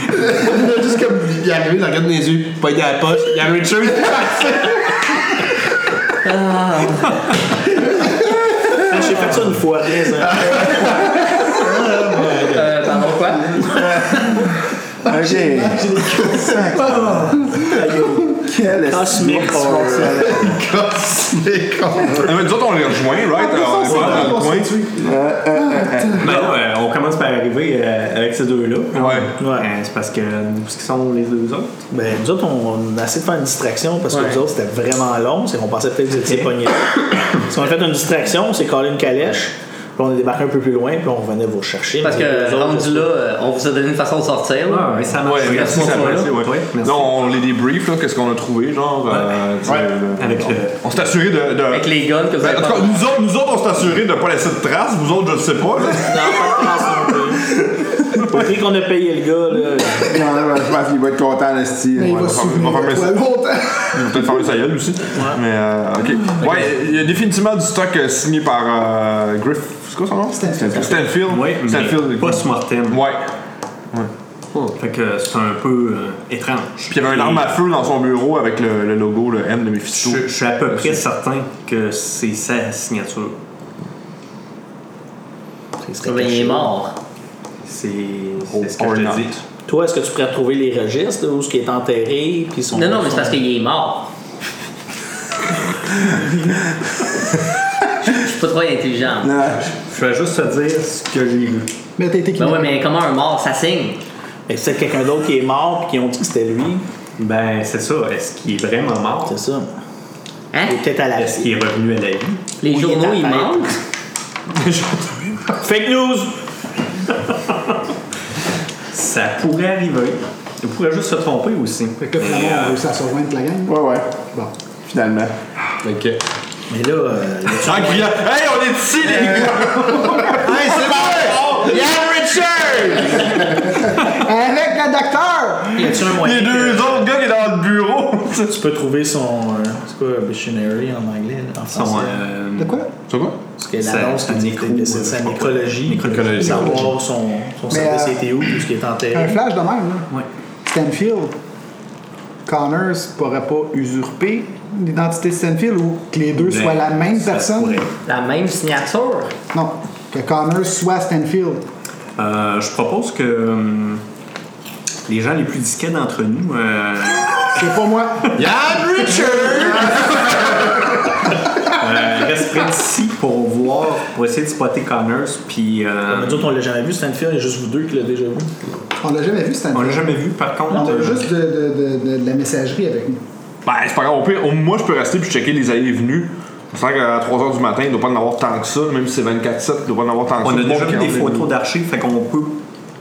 S1: juste comme il est arrivé, il regarde dans les yeux, pas à la poche, il y a Richard.
S8: Ah. J'ai fait ça Ah, une fois.
S1: Ah.
S2: Euh, pardon, quoi?
S3: Ok.
S7: J'ai des coups de sang. Ah,
S3: Quel est
S8: Cosmic horror.
S5: Ah, Mais nous autres, on les rejoint, right? Alors, on est pas dans le coin.
S6: Ben là, euh, on commence par arriver euh, avec ces deux-là.
S5: Ouais.
S8: Ouais.
S6: Euh, c'est parce que où ce qu'ils sont les deux autres?
S8: Ben, nous autres, on, on a essayé de faire une distraction parce que
S6: Ouais.
S8: nous autres, c'était vraiment long. C'est qu'on pensait peut-être que vous étiez pognés. si on a fait une distraction, on s'est collé une calèche. Puis on est débarqué un peu plus loin, puis on venait vous rechercher.
S2: Parce
S8: Mais les
S2: que,
S8: autres,
S2: rendu là, euh, on vous a donné une façon de sortir, là.
S6: Ah, ouais, ça marche.
S5: Ouais,
S2: Merci,
S5: merci, ça
S2: bonsoir,
S5: merci,
S6: là.
S5: ouais.
S6: Ouais, merci.
S5: Non, on les débrief, là, qu'est-ce qu'on a trouvé, genre. euh, tu sais, euh,
S6: Avec le.
S5: On s'est assuré de. de-
S2: Avec les guns que vous
S5: Ben,
S2: avez.
S5: en tout
S2: pas-
S5: cas, nous autres, nous autres, on s'est assuré de pas laisser de traces. Vous autres, je ne sais pas. là.
S8: Non, pas de trace non plus. Le prix qu'on a payé le gars, là.
S3: Non, non, je pense qu'il va être content, le style.
S7: Mais il
S3: Ouais,
S7: va
S3: on
S7: se
S3: va- on
S7: souvenir
S3: va
S7: de
S3: fermer ça.
S7: toi longtemps.
S5: Il va peut-être faire le sa gueule aussi. Mais, euh, ok. Ouais, il y a définitivement du stock euh, signé par euh, Griff. C'est quoi son nom
S7: Stanfield.
S5: Stanfield.
S6: Oui, mais
S5: Stanfield.
S6: pas mortem.
S5: Ouais.
S6: Fait que c'est un peu euh, étrange.
S5: Puis il y avait une arme à feu dans son bureau avec le, le logo, le M de Mephisto.
S6: Je, je suis à peu près certain que c'est sa signature.
S8: serait
S2: Comme Ben, il est mort.
S6: C'est
S5: Oh,
S6: c'est ce que
S5: or
S6: je
S5: not.
S6: te dis.
S8: Toi, est-ce que tu pourrais retrouver les registres, là, où ce qui est enterré, puis son.
S2: Non, non, mais c'est parce qu'il est mort. Je suis pas trop intelligent.
S6: Je vais juste te dire ce que j'ai vu.
S7: Mais t'as été qui
S2: Ben ouais, mais comment un mort, ça signe?
S8: Mais c'est quelqu'un d'autre qui est mort, puis qui ont dit que c'était lui.
S6: Ben, c'est ça. Est-ce qu'il est vraiment mort?
S8: C'est ça.
S2: Hein?
S8: Il est peut-être à la.
S6: Est-ce qu'il est revenu à la vie?
S2: Les
S8: Oui, il est
S2: journaux,
S8: à
S2: ils
S8: terre.
S2: manquent.
S8: Fake news!
S6: Ça pourrait arriver. Il pourrait juste se tromper aussi.
S7: Fait que là,
S6: Mais,
S7: finalement, on a
S6: euh,
S7: réussi à survivre de la gang.
S3: Ouais, ouais,
S7: Bon.
S3: finalement.
S1: Ok.
S8: Mais là, euh,
S5: En criant Hey, on est ici, les gars
S3: Hey, c'est bon! Richard!
S7: Avec le docteur!
S8: y a-tu un moyen?
S5: Les
S8: que-
S5: deux autres gars qui sont dans le bureau
S8: Tu peux trouver son. euh, c'est quoi, missionary en anglais, là, en
S6: son,
S8: français?
S6: euh,
S7: De quoi?
S3: C'est quoi?
S8: Parce que
S6: sa-
S8: l'annonce
S6: sa
S8: qui dit
S6: nécro-
S8: que
S6: euh,
S8: c'est
S6: je
S8: sa
S6: sais pas quoi.
S8: nécrologie.
S6: Nécrologie.
S8: Savoir son, son
S7: Mais,
S8: service
S7: euh,
S8: était où, tout ce qui est
S7: Un
S8: enterré.
S7: flash de même, là.
S6: Ouais.
S7: Stanfield. Connors pourrait pas usurper l'identité de Stanfield ou que les deux soient la même
S6: ben, ça
S7: personne.
S6: pourrait.
S2: La même signature.
S7: Non. Que Connors soit Stanfield.
S6: Euh, je propose que hum, les gens les plus disquets d'entre nous. euh,
S7: C'est pas moi.
S1: Yann Richard!
S6: Euh, reste près d'ici pour voir, pour essayer de spotter Connors, puis euh,
S8: Mais Nous autres, on l'a jamais vu, Stanfield, il y a juste vous deux qui l'a déjà vu.
S7: On l'a jamais vu
S6: on
S7: Stanfield.
S6: l'a jamais vu par contre.
S7: On a
S6: euh,
S7: juste de, de- de- de la messagerie avec nous.
S5: Ben, c'est pas grave, au pire, au- moi je peux rester puis checker les allées et venues. C'est vrai qu'à 3h du matin, il doit pas en avoir tant que ça, même si c'est 24-7, il doit pas en avoir tant que
S6: On
S5: ça.
S6: a déjà
S5: Bon,
S6: vu
S5: quand
S6: des
S5: on est-
S6: photos d'archives, fait qu'on peut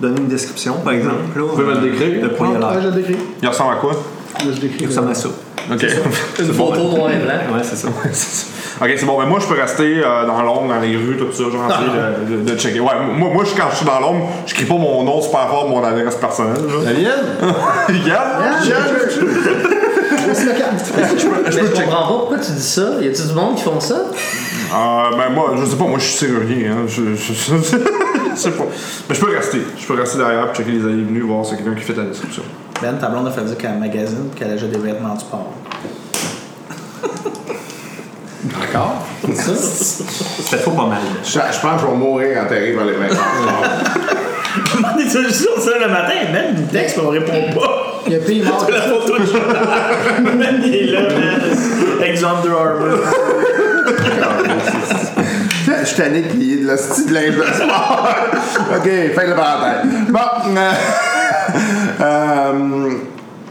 S6: donner une description
S8: Mhm.
S6: par exemple. Là, Vous
S5: pouvez me le décrire?
S6: De quoi il a
S7: Ah,
S6: l'air.
S7: je le décris.
S5: Il ressemble à quoi
S7: Là, je décris.
S6: Il ressemble à ça.
S5: Ok. C'est bon.
S2: Photo hein? noir et blanc.
S6: Ouais, c'est ça.
S5: Ok, c'est bon, mais moi je peux rester euh, dans l'ombre, dans les rues, tout ça, genre, essayer de, de- de checker. Ouais, moi, moi je- quand je suis dans l'ombre, je crie pas mon nom super fort, mon adresse personnelle. genre.
S1: Daniel?
S5: Regarde!
S7: Voici la carte.
S2: Mais je comprends pas pourquoi tu dis ça. Y a-tu du monde qui font ça?
S5: Euh, ben moi, je sais pas, moi je suis serrurier, hein. Je, je, je- je sais pas. Mais je peux rester. Je peux rester derrière pour checker les allées et venues, voir si y a quelqu'un qui fait ta description.
S8: Ben, ta blonde a fait dire qu'elle magasine puis qu'elle a déjà des vêtements du port.
S3: Encore?
S6: C'était trop pas mal.
S3: Je, je pense que je vais mourir enterré par les mains.
S8: On est sur ça le matin, même du texte, on répond pas.
S7: Il y a P mort.
S8: La photo de Jordan. Man, il est là, man. Exemple de Harvard.
S3: Je suis tanné de plier de la style de linge de sport. OK, fin de la parenthèse. Bon. euh, euh,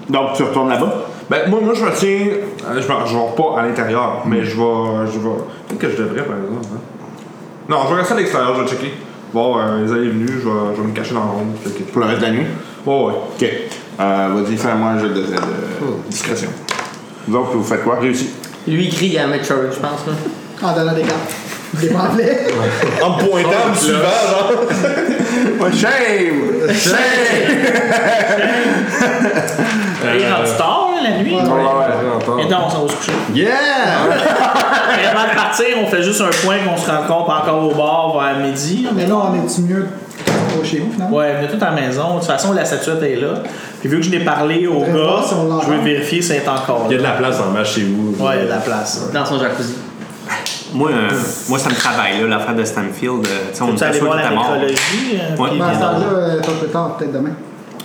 S3: donc, tu retournes là-bas?
S5: Ben moi, moi je me tiens. euh, Je me je vais pas à l'intérieur,
S3: Hmm.
S5: mais je vais. Je vais. Peut-être que je devrais par exemple. hein. Non, je vais rester à l'extérieur, je vais checker. Voir euh, les allées et venues, je vais, je vais me cacher dans l'ombre. checker.
S3: Pour le reste de la nuit?
S5: Ouais, Hmm. ouais.
S3: OK. Euh, Vas-y, fais-moi un jeu de, de- de discrétion. Vous autres, vous faites quoi? Réussi.
S2: Lui, il crie à Mature, je pense. là.
S7: En donnant des cartes. Des pamphlets.
S3: En me pointant, me suivant, genre. Shame! Shame!
S8: Il est rendu tard, là, la nuit.
S3: Ouais, ouais.
S8: Et non, on s'en va se coucher.
S3: Yeah!
S8: Et avant de partir, on fait juste un point qu'on se rencontre encore au bar vers midi.
S7: Mais là, on est-tu mieux au chez vous, finalement?
S8: Ouais, venez tout à la maison. De toute façon, la statuette est là. Puis vu que je n'ai parlé au
S7: Faudrait
S8: gars,
S7: voir si on l'entend.
S8: je vais vérifier si elle est encore
S1: Il y a de
S8: là.
S1: la place en bas chez vous.
S8: Ouais, il y a de la place.
S2: Dans son jacuzzi.
S6: Moi, euh, moi ça me travaille, là, l'affaire de Stanfield. euh, tu sais, on
S8: Tu
S6: est
S8: vas aller
S6: sûr
S8: voir
S6: qu'il
S8: la
S6: était mort.
S8: nécrologie. euh,
S6: Ouais.
S8: puis-
S7: Mais à ce temps-là, euh, tôt plus tard, peut-être demain.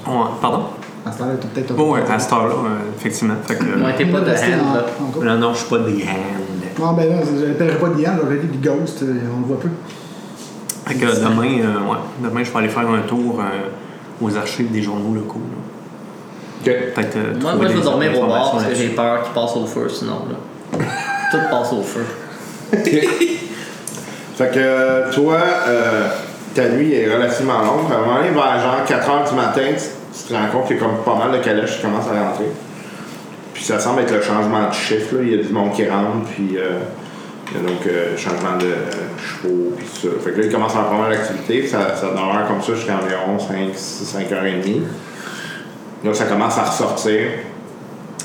S6: On- Pardon?
S7: À ce temps-là, peut-être tôt plus
S6: Bon, ouais, à
S7: tard.
S6: cette heure-là, euh, effectivement. Fait que, euh,
S2: Ouais, t'es pas de
S7: Rester
S2: hand,
S7: en-
S2: là.
S7: en couple.
S6: Non, non, je suis pas des hand.
S7: Non, ben là, j'appellerai pas de Yann, j'aurais dit du Ghost, euh, on le voit peu.
S6: Fait que demain, euh, ouais, demain, je vais aller faire un tour euh, aux archives des journaux locaux. là. Peut-être, euh,
S2: Moi,
S6: trouver
S2: moi, je vais
S6: des
S2: dormir au bar
S6: informations
S2: parce que j'ai
S6: là-dessus.
S2: peur qu'il passe au feu sinon. Là. Tout passe au feu.
S3: Fait que euh, toi, euh, ta nuit est relativement longue. À un moment donné, vers genre 4 h du matin, tu, tu te rends compte qu'il y a comme pas mal de calèches qui commencent à rentrer. Puis ça semble être le changement de chiffre. là. Il y a du monde qui rentre, puis euh, Il y a donc euh, changement de euh, chevaux, puis tout ça. Fait que là, il commence à avoir pas mal d'activités, ça, ça demeure comme ça jusqu'à environ 5, 5h30. Là, ça commence à ressortir.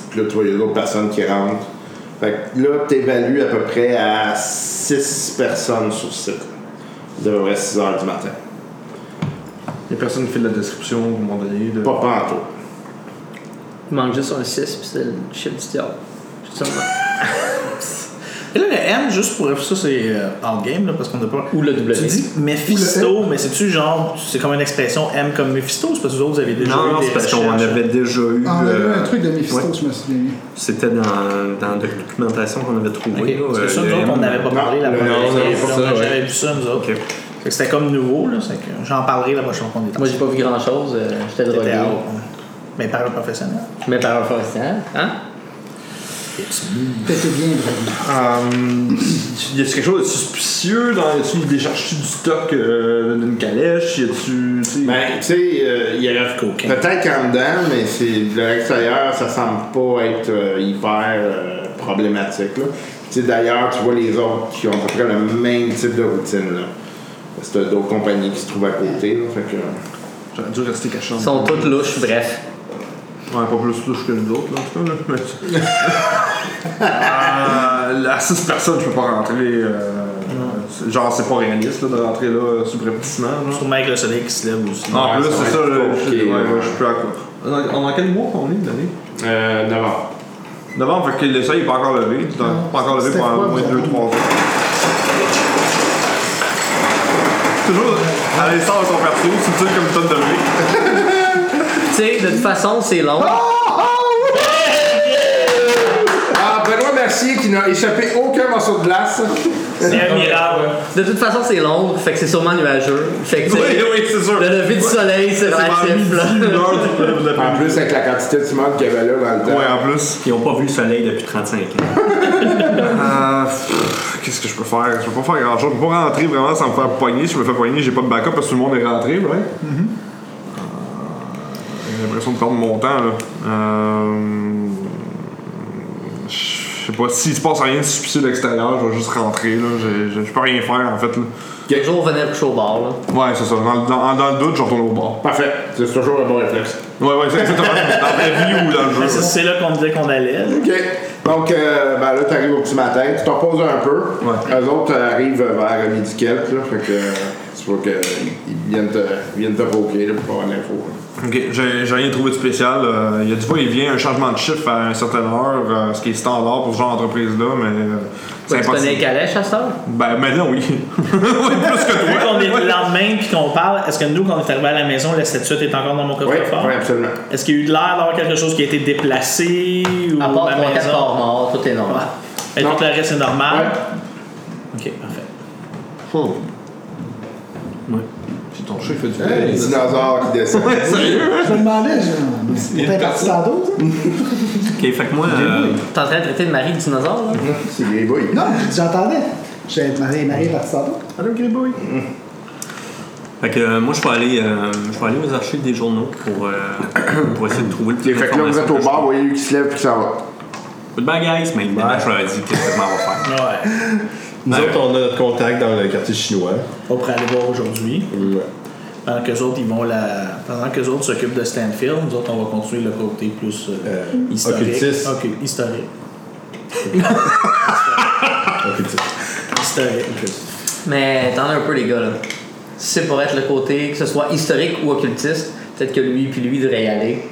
S3: Puis là, tu vois, il y a d'autres personnes qui rentrent. Fait que là, tu évalues à peu près à 6 personnes sur 7. De 6h du matin.
S1: Il y a personne qui fait de la description, à un moment donné. De...
S3: Pas pantoute.
S9: Il manque juste un 6 puis c'est le chef du diable. Justement.
S8: Et là, le M, juste pour ça, c'est euh, game là, parce qu'on n'a pas.
S9: Ou le W.
S8: Tu dis Mephisto, mais c'est-tu genre. C'est comme une expression M comme Mephisto, c'est parce que vous autres, vous avez déjà. eu
S6: Non, non,
S8: des
S6: c'est parce qu'on
S8: recherches.
S6: avait déjà eu.
S7: Ah, on a eu
S6: euh,
S7: un truc de Mephisto,
S6: ouais.
S7: je me souviens.
S6: C'était dans, dans la documentation qu'on avait trouvée.
S8: Ok,
S6: là,
S8: Parce que ça,
S6: euh,
S8: nous
S6: le
S8: autres, on
S6: M.
S8: n'avait pas parlé la
S3: Non,
S8: première
S3: non,
S8: fois.
S3: non,
S8: On
S1: ça,
S8: n'avait
S1: ouais.
S8: jamais vu ça, nous autres.
S6: Ok.
S8: Fait que C'était comme nouveau, là. c'est que J'en parlerai la prochaine fois qu'on est
S9: Moi, j'ai pas vu grand chose. J'étais drogué.
S8: T'étais out, hein. Mais par le professionnel.
S9: Mais par un forestier, hein?
S7: T'étais bien brave.
S5: Hum, y a-tu quelque chose de suspicieux dans y a-tu des charges du stock euh, d'une calèche y a-tu tu sais-
S3: Ben, tu sais, euh, il y aurait peut-être qu'en dedans, mais c'est de l'extérieur, ça semble pas être euh, hyper euh, problématique. là. Tu sais, d'ailleurs, tu vois les autres qui ont à peu près le même type de routine. Là. Parce que t'as d'autres compagnies qui se trouvent à côté. Là, fait que, euh,
S5: J'aurais dû rester caché.
S9: Ils sont toutes louches, bref.
S5: Ouais, pas plus louche que nous autres, là, en tout cas, là. Mais... Euh, à 6 personnes, je peux pas rentrer. euh, c'est- genre, c'est pas réaliste, là, de rentrer, là, euh, subrepticement, là.
S8: Surtout avec le soleil qui se lève aussi.
S5: En
S3: Ouais,
S5: plus,
S3: ça
S5: c'est
S3: va
S5: ça,
S3: être
S5: là, je
S3: compliqué,
S5: ouais,
S3: ouais.
S5: moi, je suis plus à court. En, en quel mois qu'on est, de l'année
S3: euh, d'abord.
S5: Novembre, fait que le soleil est pas encore levé. C'est un- pas encore levé
S7: c'était
S5: pendant
S7: froid,
S5: au moins
S7: vous
S5: 2-3
S7: avez-
S5: jours. Toujours à l'essence en perso, c'est utile comme tonne de blé.
S9: Tu sais, de toute façon, c'est long.
S3: Ah, Benoît Mercier qui n'a échappé aucun morceau de glace.
S8: C'est un miracle.
S9: De toute façon, c'est long. Fait que c'est sûrement nuageux. Fait que tu
S5: Oui,
S9: sais,
S5: oui, c'est sûr.
S9: le lever du soleil, c'est
S5: C'est vers
S9: relatif,
S5: midi,
S9: là.
S5: une heure, tout le monde de
S3: En plus, avec la quantité de ciment qu'il y avait là dans le temps.
S5: Ouais, en plus.
S6: Ils n'ont pas vu le soleil depuis 35 ans.
S5: Euh, pff, Qu'est-ce que je peux faire? Je peux pas faire grand chose. Je peux pas rentrer vraiment sans me faire pogner. Si je me fais pogner, j'ai pas de backup parce que tout le monde est rentré, right? Euh, J'ai l'impression de perdre mon temps, là. Euh, Je sais pas, s'il se passe rien de suspicieux de l'extérieur, je vais juste rentrer, là. J'ai- j'ai- Je peux rien faire, en fait, là.
S9: Le jour, on venait coucher au bar, là.
S5: Ouais, c'est ça. Dans, dans- dans le doute, je retourne au bar.
S3: Parfait. C'est toujours un bon réflexe.
S5: Ouais, ouais, c'est exactement. dans la vie ou dans le jeu.
S8: Mais c'est- C'est là qu'on disait qu'on allait. là.
S3: OK. Donc, euh, ben là, t'arrives au petit matin, tu te reposes un peu.
S5: Ouais.
S3: Eux autres euh, arrivent vers midi quelques, là. Fait que euh, c'est pour qu'ils viennent te, ils viennent te poker, là, pour avoir de l'info. là.
S5: Ok, j'ai j'ai rien trouvé de spécial. euh, Il y a du fois, il vient un changement de chiffre à une certaine heure, euh, ce qui est standard pour ce genre d'entreprise-là, mais euh, c'est
S9: Tu connais les
S5: impossible.
S9: calèches à cette heure?
S5: Ben maintenant, oui. oui, plus
S8: Vu
S5: que toi.
S8: qu'on est le lendemain puis qu'on parle, est-ce que nous, quand on est arrivé à la maison, la statuette est encore dans mon
S3: Oui,
S8: coffre-fort?
S3: oui, absolument.
S8: Est-ce qu'il y a eu de l'air d'avoir quelque chose qui a été déplacé ou
S9: À part
S8: la
S9: 3-4
S8: maison?
S9: corps morts, tout est normal.
S8: Et
S3: Non.
S8: tout le reste est normal?
S3: Ouais.
S8: Ok, parfait.
S1: Ton chat, il fait du
S3: Euh, Les dinosaures qui descendent.
S7: Je me demandais, genre, mais t'es parti dans d'autres? hein?
S6: Ok, fait que moi, euh,
S9: T'es en train de traiter de Marie de dinosaure, là?
S3: C'est des bouilles.
S7: Non, j'entendais. J'ai demandé, Marie est partie dans d'autres.
S6: fait que, euh, moi je peux aller, euh, je peux aller aux archives des journaux pour, euh, pour essayer de trouver le
S3: OK, fait que là, vous êtes au bar, vous voyez lui qui se lève puis qui s'en va.
S6: Goodbye, guys. Mais je leur ai dit qu'est-ce que je m'en vais faire.
S8: Ah Ouais.
S1: Nous autres, on a notre contact dans le quartier chinois.
S8: On pourrait aller voir aujourd'hui.
S1: Ouais.
S8: Pendant que autres, ils vont la. Pendant que autres s'occupent de Stanfield, nous autres, on va continuer le côté plus euh,
S1: Euh,
S8: historique.
S1: occultiste.
S8: Ok, historique.
S1: Occultiste.
S8: Historique.
S9: Mais t'en as un peu, les gars, là. Si c'est pour être le côté, que ce soit historique ou occultiste, peut-être que lui puis lui devrait y aller.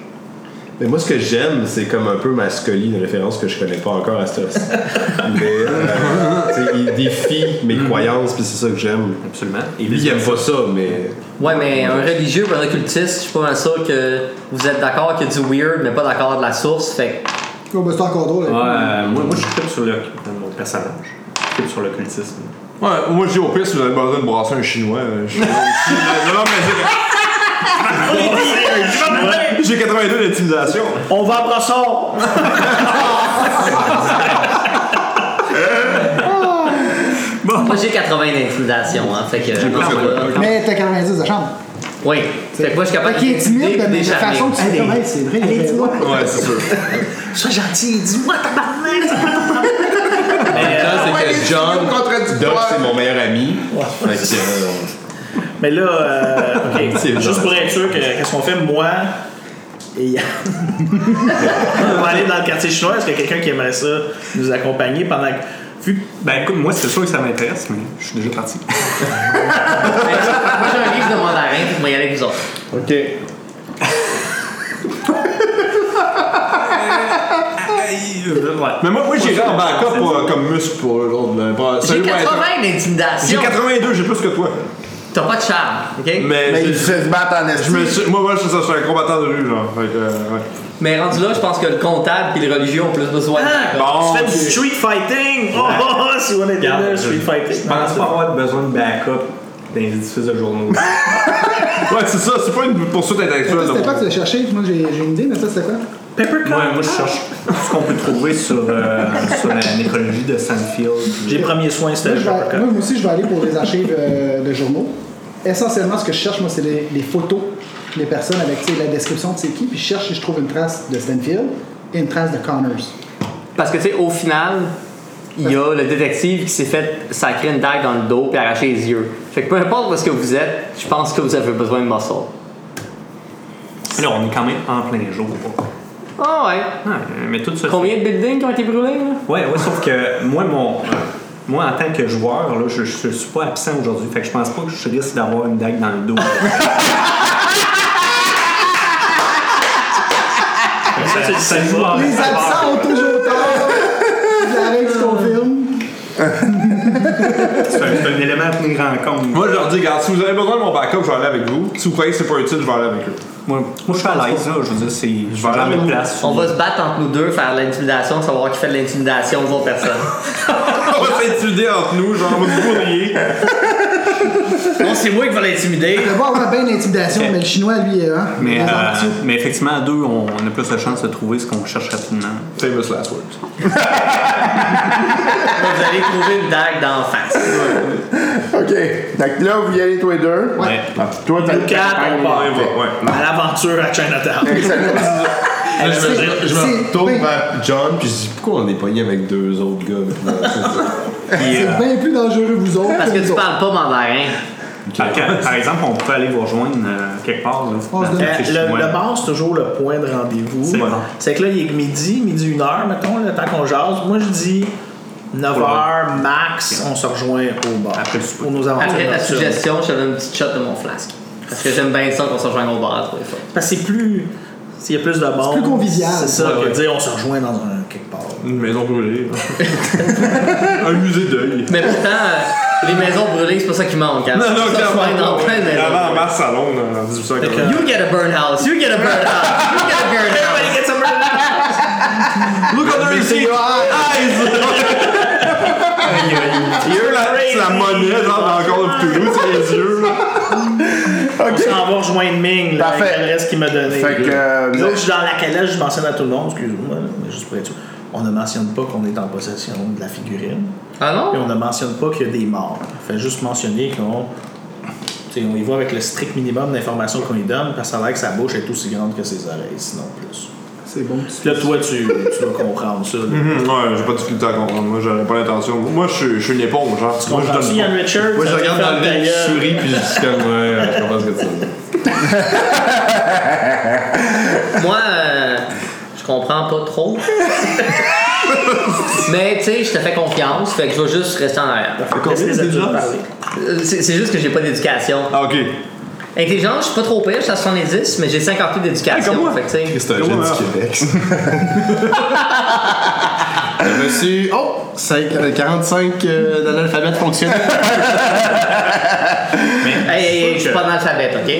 S1: Mais moi, ce que j'aime, c'est comme un peu ma Scully, une référence que je connais pas encore à ce Mais euh, tu sais, il défie mes croyances, puis c'est ça que j'aime.
S6: Absolument. Et
S1: Lui, Mm. il aime pas ça, mais.
S9: Ouais, mais un religieux ou un occultiste, je suis pas mal sûr que vous êtes d'accord qu'il y a du weird, mais pas d'accord de la source. Fait que
S7: Oh, ben, c'est encore drôle.
S6: Ouais,
S7: là.
S6: euh, moi, moi je tripe sur le mon personnage. Je tripe sur l'occultisme.
S5: Ouais, moi je dis au pire, si vous avez besoin de brasser un chinois, euh, je suis là aussi. Non, non, mais j'ai- j'ai 82 d'intimidation.
S8: On va à Brossard!
S9: moi j'ai 80 d'intimidation, hein. Fait que.
S5: plus que toi, ok.
S7: Mais t'as 90 de chambre.
S9: Oui. Ah. Fait que moi je suis capable
S7: Fait qu'il est timide,
S9: d'intimider
S7: mais
S9: ou
S7: de la
S9: décharner.
S7: façon que tu fais comme Hey, c'est vrai, il est moi.
S5: Ouais, c'est sûr.
S9: Sois gentil, dis-moi ta euh,
S3: Ah
S1: Le temps, c'est que John, Doc, c'est mon meilleur ami. Fait que, euh,
S8: Mais là, euh, ok,
S1: C'est
S8: juste
S1: vrai.
S8: pour être sûr que qu'est-ce qu'on fait, moi et Yann. on va aller dans le quartier chinois. Est-ce qu'il y a quelqu'un qui aimerait ça nous accompagner pendant que. Vu que-
S6: Ben écoute, moi c'est sûr que ça m'intéresse, mais je suis déjà parti.
S9: Moi, j'ai un livre de mandarin, puis je vais y aller avec vous autres.
S3: Ok.
S5: Mais moi, moi j'irais en backup pour, comme muscle pour l'autre. là. Pas-
S9: J'ai
S5: salut, ouais,
S9: 80
S5: J'ai
S9: d'intimidation.
S5: 82, j'ai plus que toi.
S9: T'as pas de charme, ok?
S5: Mais,
S3: Mais
S5: je-
S3: il sait se battre en
S5: je me
S3: estime.
S5: suis- moi, moi, je suis je suis un combattant de rue, genre. Fait que, euh, ouais.
S9: Mais rendu là, je pense que le comptable puis les religieux ont plus besoin de
S8: Ah,
S5: Bon,
S8: tu fais
S5: ok.
S8: du street fighting! Oh, oh, oh, si on était là, street fighting.
S6: Je pense pas avoir besoin de backup dans les édifices de journaux.
S5: Ouais, c'est ça, c'est pas une poursuite intellectuelle.
S7: C'était
S5: là,
S7: quoi que tu l'as cherché? Moi, j'ai j'ai une idée, mais ça, c'était quoi?
S8: Peppercorn!
S6: moi, moi, je cherche ce qu'on peut trouver sur, euh, sur la nécrologie de Sandfield.
S8: J'ai premier soin, c'était
S7: Moi,
S8: le
S7: je vais-
S8: Peppercorn.
S7: moi aussi, je vais aller pour les archives euh, de journaux. Essentiellement, ce que je cherche, moi, c'est les, les photos des personnes avec tu sais, la description de c'est qui, puis je cherche si je trouve une trace de Stanfield et une trace de Connors.
S2: Parce que, tu sais, au final, il y a le détective qui s'est fait sacrer une dague dans le dos et arracher les yeux. Fait que peu importe où est-ce que vous êtes, je pense que vous avez besoin de muscle.
S6: Là, on est quand même en plein jour.
S2: Ah ouais.
S6: Ah, mais tout ça.
S2: Combien de buildings qui ont été brûlés, là?
S6: Ouais, ouais, sauf que moi, mon. Moi, en tant que joueur, là, je, je suis pas absent aujourd'hui. Fait que je pense pas que je risque d'avoir une dague dans le dos. ça, ça, ça joue en-
S7: Les absents ont toujours tort! La règle se confirme.
S6: C'est un, c'est un élément à tenir en compte.
S5: Moi, je leur dis, regarde, si vous avez besoin de mon backup, je vais aller avec vous. Si vous croyez que c'est pas utile, je vais aller avec eux.
S6: Moi, moi, je suis à l'aise, là. Je veux dire, c'est. Je vais jamais de place.
S9: On va se battre entre nous deux, faire de l'intimidation, savoir qui fait de l'intimidation aux autres personnes.
S5: On va s'intimider entre nous, genre, on va se bourrier.
S9: non, c'est moi qui vais l'intimider.
S7: Le voir, on a bien l'intimidation, mais le chinois, lui, euh, hein,
S6: Mais,
S7: les arts
S6: euh,
S7: martiaux.
S6: mais effectivement, à deux, on, on a plus de chances de trouver ce qu'on cherche rapidement.
S5: Famous last words.
S9: Vous allez trouver une dague d'en face.
S3: Ok. Donc là, vous y allez tous les deux.
S6: Ouais.
S3: Ah, toi, t'as
S8: Nous quatre, on part.
S5: Ouais, ouais, ouais.
S8: À l'aventure à Chinatown.
S1: là, je, me, je me
S7: c'est-
S1: retourne
S7: c'est-
S1: vers Euh, John, puis je dis pourquoi on est pogné avec deux autres gars maintenant?
S6: Puis, euh,
S7: C'est bien plus dangereux, vous autres.
S9: Parce
S7: que
S9: que
S7: nous
S9: tu
S7: autres.
S9: parles pas hein. mandarin.
S6: par, par exemple, on peut aller vous rejoindre euh, quelque part. Là,
S7: On se
S6: dans
S7: donne-
S6: le
S8: Euh,
S6: quartier
S8: le,
S6: chinois.
S8: le bar, c'est toujours le point de rendez-vous.
S6: C'est bon.
S8: C'est que là, il est midi, midi, une heure, mettons, le temps qu'on jase. Moi, je dis 9h max, on se rejoint au bar.
S6: Après le souper.
S8: Pour
S5: Ah,
S8: nos aventures.
S9: Après ta
S8: nocturnes.
S9: suggestion, je te donne une petite shot de mon flasque. Parce que j'aime bien ça qu'on se rejoigne au bar tous les fois.
S8: Parce que c'est plus. S'il y a plus de monde.
S7: plus convivial.
S8: C'est ça,
S6: Ouais,
S8: que
S6: ouais.
S8: dire on se rejoint dans un quelque part.
S5: Une maison brûlée. Un musée d'œil.
S9: Mais pourtant, euh, les maisons brûlées, c'est pas ça qui manque. Hein?
S5: Non, non,
S9: ça,
S5: clairement.
S9: c'est dans plein de
S5: Il y
S9: maisons.
S5: avait en masse salon en 1840.
S8: Fait que-
S9: You get a burn house, you get a burn house, you get a burn house.
S8: Everybody gets a burger.
S5: Look on their seat. eyes! C'est la monnaie, genre, dans le corps de Toulouse, c'est les yeux, là.
S8: On s'en va rejoindre Ming, là, avec
S3: Parfait.
S8: l'adresse qu'il m'a donnée.
S3: Fait que, euh,
S8: L'autre, je suis dans la calèche, je mentionne à tout le monde, excuse-moi, là, mais juste pour être sûr. On ne mentionne pas qu'on est en possession de la figurine.
S9: Ah
S8: Et
S9: non?
S8: on ne mentionne pas qu'il y a des morts. On fait juste mentionner qu'on. tu sais, On y va avec le strict minimum d'informations qu'on lui donne, parce que ça a l'air que sa bouche est aussi grande que ses oreilles, sinon plus.
S7: C'est bon. tu-
S8: Puis là, toi, tu, tu vas comprendre ça. là.
S1: Mhm. Hmm.
S5: Hum, Ouais, j'ai pas de difficulté à comprendre. Moi, j'avais pas l'intention. Moi, je suis- je suis une éponge, genre. Moi, je
S8: Comprends-tu,
S5: donne pas.
S8: Ian Richards?
S1: Moi, je
S8: Ça te
S1: regarde
S8: fait
S1: dans le
S8: ta
S1: vide, je
S8: gueule.
S1: souris, puis je dis comme, ouais, je comprends ce que tu dis.
S9: Moi, euh, je comprends pas trop. Mais tu sais, je te fais confiance, fait que je vais juste rester en arrière.
S8: Laisse les adultes
S5: déjà?
S8: parler.
S9: Euh, C'est c'est juste que j'ai pas d'éducation.
S5: Ah, ok.
S9: Intelligence, je suis pas trop pire, je suis à 70, mais j'ai 58 d'éducation.
S5: comme moi.
S9: fait que, tu sais,
S1: C'est un jeu
S5: Comment?
S1: du Québec. ça. Le monsieur. Oh! cinq- euh, 45 euh, dans l'alphabet fonctionnel.
S9: hey, hey, hey, je suis
S6: que-
S9: pas dans l'alphabet, ok?
S6: Je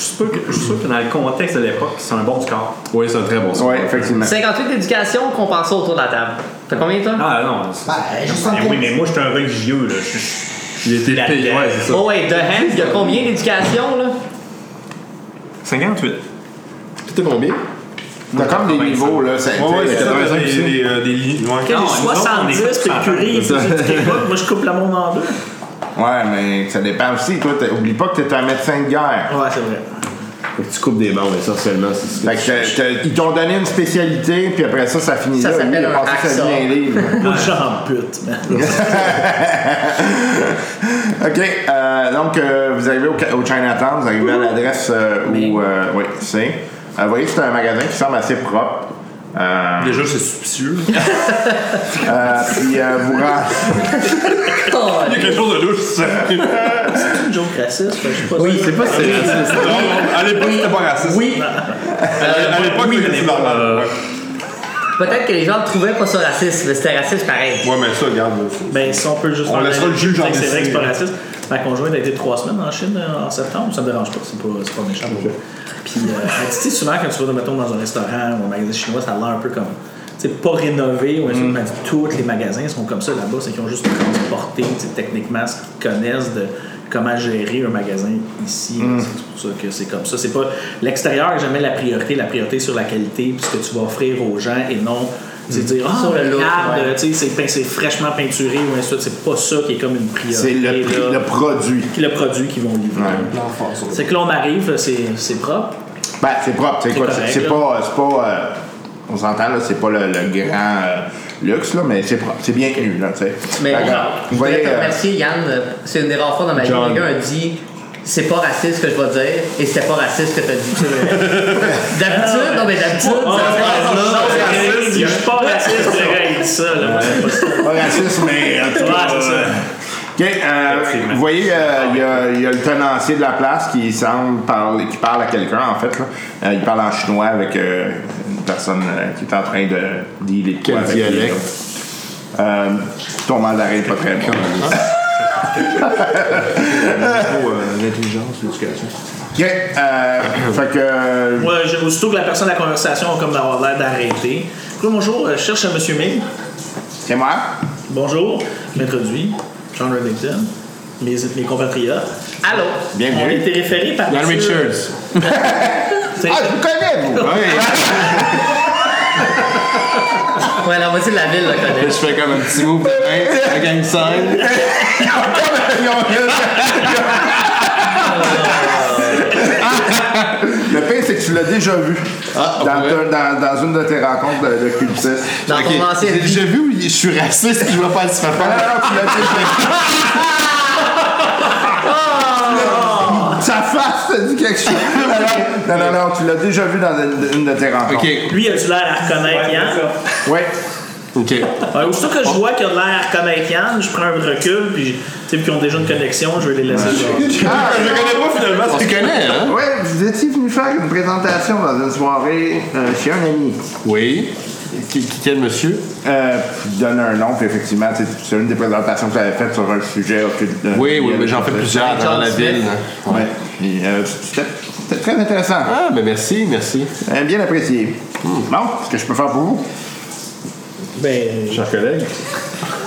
S6: suis sûr que, je suis sûr que dans le contexte de l'époque, c'est un bon score.
S1: Oui, c'est un très bon score.
S3: Ouais, effectivement.
S9: 58 d'éducation, qu'on passe ça autour de la table. T'as combien, toi?
S6: Ah non, c'est-
S7: Bah, juste
S6: Mais
S7: en
S6: Eh oui, mais moi, je suis un religieux, là. Je,
S1: Il était payé. Ouais, c'est ça.
S9: Oh, ouais, The Hand, il y a combien d'éducation, là?
S6: 58.
S3: T'es combien? T'as comme des niveaux, là. Oh, C'est
S5: Ouais, ouais,
S3: t'sais,
S5: c'est ça,
S3: 85,
S5: des-
S3: c'est-
S5: des- euh, des lignes. ouais.
S8: Quand
S6: Non, nous
S8: j'ai
S6: autres, on est
S8: 70, puis
S6: pas
S8: le curry, il faut que tu t'écoutes, moi, je coupe le monde en deux.
S3: Ouais, mais ça dépend aussi. Toi, t'as- oublie pas que t'es un médecin de guerre.
S8: Ouais, c'est vrai.
S1: Fait que tu coupes des membres, essentiellement. c'est ce que
S3: Fait
S1: tu-
S3: que t'as- t'as- ils t'ont donné une spécialité, puis après ça, ça finit
S9: Ça
S3: là. Lui, il
S9: s'appelle
S3: a
S9: un
S3: passé sa
S9: hacksaw.
S3: vie à un livre.
S8: Moi, j'en pute, man.
S3: OK. euh, donc, euh, vous arrivez au, au Chinatown, vous arrivez à l'adresse euh, où. euh, oui, c'est. Euh, vous voyez, c'est un magasin qui semble assez propre. Euh,
S5: Déjà, c'est suspicieux.
S3: euh, puis euh, vous rentrez.
S5: Il y a quelque chose de louche, ça.
S8: C'est une joke raciste, fait que je sais pas
S1: Oui,
S8: sûr.
S1: c'est pas si raciste.
S5: Non, non, à l'époque, c'était pas raciste.
S9: Oui,
S5: À l'époque, c'était normal.
S8: euh,
S5: Ouais.
S9: peut-être que les gens le trouvaient pas ça raciste, mais c'était raciste pareil.
S5: Ouais, mais ça, regarde. faut-
S8: Ben, si on peut juste
S5: On
S8: faire
S5: laissera
S8: la-
S5: le juge en
S8: C'est vrai que c'est
S5: décider.
S8: pas raciste. Ma conjointe a été trois semaines en Chine euh, en septembre, ça me dérange pas, c'est pas, c'est pas méchant. Puis, euh, elle dit, tu sais, souvent quand tu vas, mettons, dans un restaurant ou un magasin chinois, ça a l'air un peu comme. Tu sais, pas rénové, ou un truc, mais elle dit, tous les magasins sont comme ça là-bas, c'est qu'ils ont juste transporté, tu sais, techniquement, ce qu'ils connaissent de comment gérer un magasin ici. là. C'est pour ça que c'est comme ça. C'est pas. L'extérieur est jamais la priorité, la priorité est sur la qualité, puis ce que tu vas offrir aux gens et non. Tu sais, dire, ah,
S9: Sur le look,
S8: regarde,
S9: ouais.
S8: tu sais, c'est peint- c'est fraîchement peinturé ou ainsi de suite. C'est pas ça qui est comme une priorité.
S3: C'est le, prix-
S8: là.
S3: le produit.
S8: Puis le produit qu'ils vont livrer. C'est que là, on arrive, c'est c'est propre.
S3: Ben, c'est propre. C'est
S8: C'est
S3: quoi?
S8: correct,
S3: C'est c'est
S8: là.
S3: pas. C'est pas euh, on s'entend, là, c'est pas le, le grand euh, luxe, là, mais c'est propre. C'est bien tenu, là, tu sais.
S9: Mais
S3: Fait que,
S9: je
S3: vous
S9: voulais
S3: voyez.
S9: te
S3: euh,
S9: remercier, Yann. euh, C'est une des rares fois dans ma vie où
S1: John.
S9: le gars a dit c'est pas raciste ce que je vais dire et c'était pas raciste ce que t'as dit. d'habitude, non mais d'habitude,
S8: Ah,
S9: ça
S8: c'est raciste. ah, Je suis pas raciste, le gars, il dit ça. Là. Moi, c'est pas ça.
S3: pas raciste, mais. en tout cas,
S8: Ouais, c'est ça.
S3: OK, euh, vous voyez, euh, il y a- il y, a le tenancier de la place qui semble parler, qui parle à quelqu'un, en fait. Là. Euh, il parle en chinois avec euh, une personne euh, qui est en train de dealer de
S1: Quel
S3: quoi avec
S1: dialecte?
S3: les autres. Euh, ton mandarin est pas très bon.
S5: Faut, euh, L'intelligence, l'éducation.
S3: OK, euh, fait que...
S8: Moi, j'ai- aussitôt que la personne de la conversation a comme d'avoir l'air d'arrêter. Puis là, bonjour, euh, je cherche à Monsieur Ming.
S3: C'est moi?
S8: Bonjour, je m'introduis, John Reddington, mes, mes compatriotes.
S9: Allô?
S8: On a
S3: Bienvenue.
S8: été référé par
S1: Yann
S8: monsieur-
S1: Richards.
S8: C'est-
S3: Ah, je vous connais, vous!
S9: Ouais, la moitié de la ville le connaît.
S1: Je fais comme un petit move de main, un gang sign.
S3: le pire, c'est que tu l'as déjà vu
S1: Ah,
S3: dans,
S1: ouais.
S3: te- dans- dans une de tes rencontres de, de cultistes.
S9: Dans
S1: Ok,
S9: ton ancienne
S1: J'ai
S9: vie.
S1: déjà vu où je suis raciste et je vois pas le faire
S3: Ah, non, non, tu l'as déjà vu. Sa face, ça dit quelque chose. Non, non, non, tu l'as déjà vu dans une, une de tes rencontres.
S1: Ok,
S8: Lui, a-tu l'air à reconnaître Yann?
S3: Oui.
S1: ok.
S8: Ouais, aussitôt que je vois qu'il a de l'air à reconnaître Yann, je prends un recul, puis tu sais, puis qu'ils ont déjà une connexion, je vais les laisser.
S3: Ah,
S5: Je connais pas finalement.
S1: On se connaît, hein?
S3: ouais, vous étiez venu faire une présentation dans une soirée euh, chez un ami.
S1: Oui. Qui- qui- Quel monsieur?
S3: Euh, puis donne un nom, puis effectivement, c'est- c'est une des présentations que tu avais faites sur un sujet. occulte, euh,
S1: Oui, oui,
S3: lié
S1: mais j'en
S3: avec-
S1: fais plusieurs à travers la ville. hein.
S3: Ouais. Puis, euh, C'était c'était très intéressant.
S1: Ah, Hmm. ben merci, merci.
S3: Euh, bien apprécié. Bon, ce que je peux faire pour vous?
S8: Ben,
S1: Chers collègues.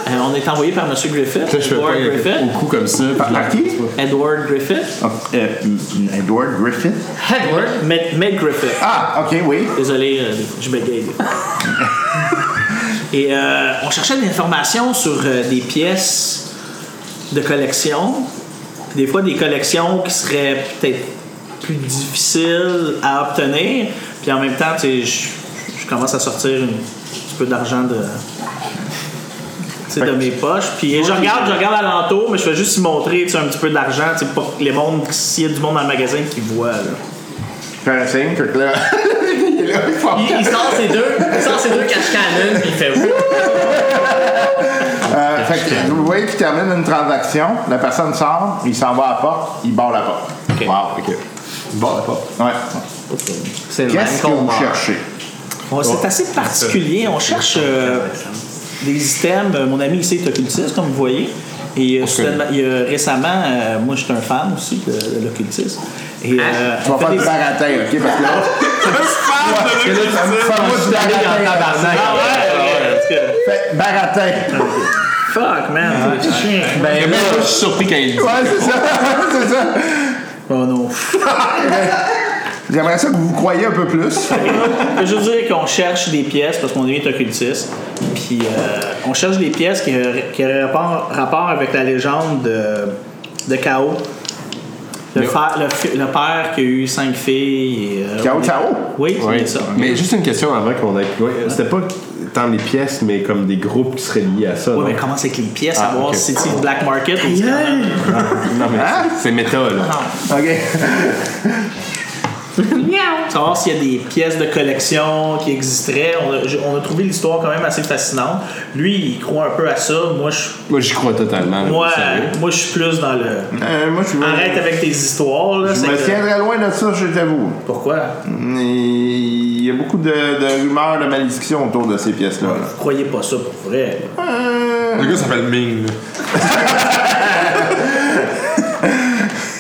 S8: Euh, on est envoyé par M. Griffith,
S1: Je fais
S8: Edward
S1: pas
S8: Griffith.
S1: au coup comme ça.
S3: Par, par qui?
S8: Edward Griffith.
S3: Oh, euh, Edward Griffith.
S9: Edward,
S8: Meg Meg Griffith.
S3: Ah, ok, oui.
S8: Désolé, euh, je bégaye. Et euh, on cherchait des informations sur euh, des pièces de collection. Des fois, des collections qui seraient peut-être plus difficiles à obtenir. Puis en même temps, tu sais, je- je commence à sortir une- un petit peu d'argent de, tu sais, de mes poches. Puis je regarde, je regarde alentour, mais je fais juste y montrer tu sais, un petit peu d'argent tu sais, pour que les mondes, s'il y a du monde dans le magasin qui voit. là.
S3: Fais un signe, fait que là. il est là, il faut-
S9: il, il sort ses deux, il sort ses deux cache-canons puis il fait oui.
S3: Euh, fait que vous voyez qu'il termine une transaction, la personne sort, il s'en va à la porte, il barre la porte. Wow, ok.
S1: Il barre la porte.
S3: Ouais.
S9: C'est le même
S3: Qu'est-ce que
S9: qu'on
S3: vous
S9: meurt.
S3: cherchez?
S8: Bon, c'est assez particulier. On cherche euh, des items. Euh, Mon ami ici est occultiste, comme vous voyez. Et euh, soudainement- il y a récemment, euh, moi, je suis un fan aussi de, de l'occultisme. Et euh,
S3: Hein? Tu
S8: on
S3: vas
S8: fait
S3: faire du
S8: des-
S3: baratin, ok? Parce que là,
S5: Fan de Luc Giselle.
S3: fais-moi du baratin.
S8: Ah ouais, ouais, ouais.
S3: Fait baratin.
S8: Fuck, man. c'est chien.
S1: Ben, moi, je suis surpris quand il dit.
S3: Ouais, c'est ça, c'est ça.
S8: Oh non.
S3: J'aimerais ça que vous croyiez un peu plus.
S8: Je veux juste dire qu'on cherche des pièces, parce que mon ami est occultiste, puis euh, on cherche des pièces qui, qui auraient rapport, rapport avec la légende de, de Chaos. Le, fa- le fi- le père qui a eu cinq filles. Et, euh,
S3: Cao
S8: on est-
S3: Cao?
S8: Oui, c'est
S5: Oui.
S8: ça.
S5: Mais juste une question avant qu'on aille plus loin. C'était pas tant les pièces, mais comme des groupes qui seraient liés à ça.
S8: Oui,
S5: non?
S8: mais comment c'est que les pièces,
S5: Ah,
S8: à voir
S5: ok.
S8: si c'est du black market ou du
S5: Non, mais
S6: Ah!
S5: c'est- c'est méta, là.
S8: Savoir s'il y a des pièces de collection qui existeraient. On a, j- on a trouvé l'histoire quand même assez fascinante. Lui, il croit un peu à ça. Moi, je,
S5: Moi, j'y crois totalement. là,
S8: moi,
S5: Ah, sérieux.
S8: moi, je suis plus dans le.
S3: Euh, moi, je,
S8: Arrête avec tes histoires. Là,
S3: je
S8: c'est
S3: me
S8: que-
S3: tiendrai loin de ça, je t'avoue.
S8: Pourquoi
S3: Il y a beaucoup de, de rumeurs de malédiction autour de ces pièces-là. là.
S8: Vous croyez pas ça pour vrai
S3: Euh,
S6: Le gars s'appelle Ming. là.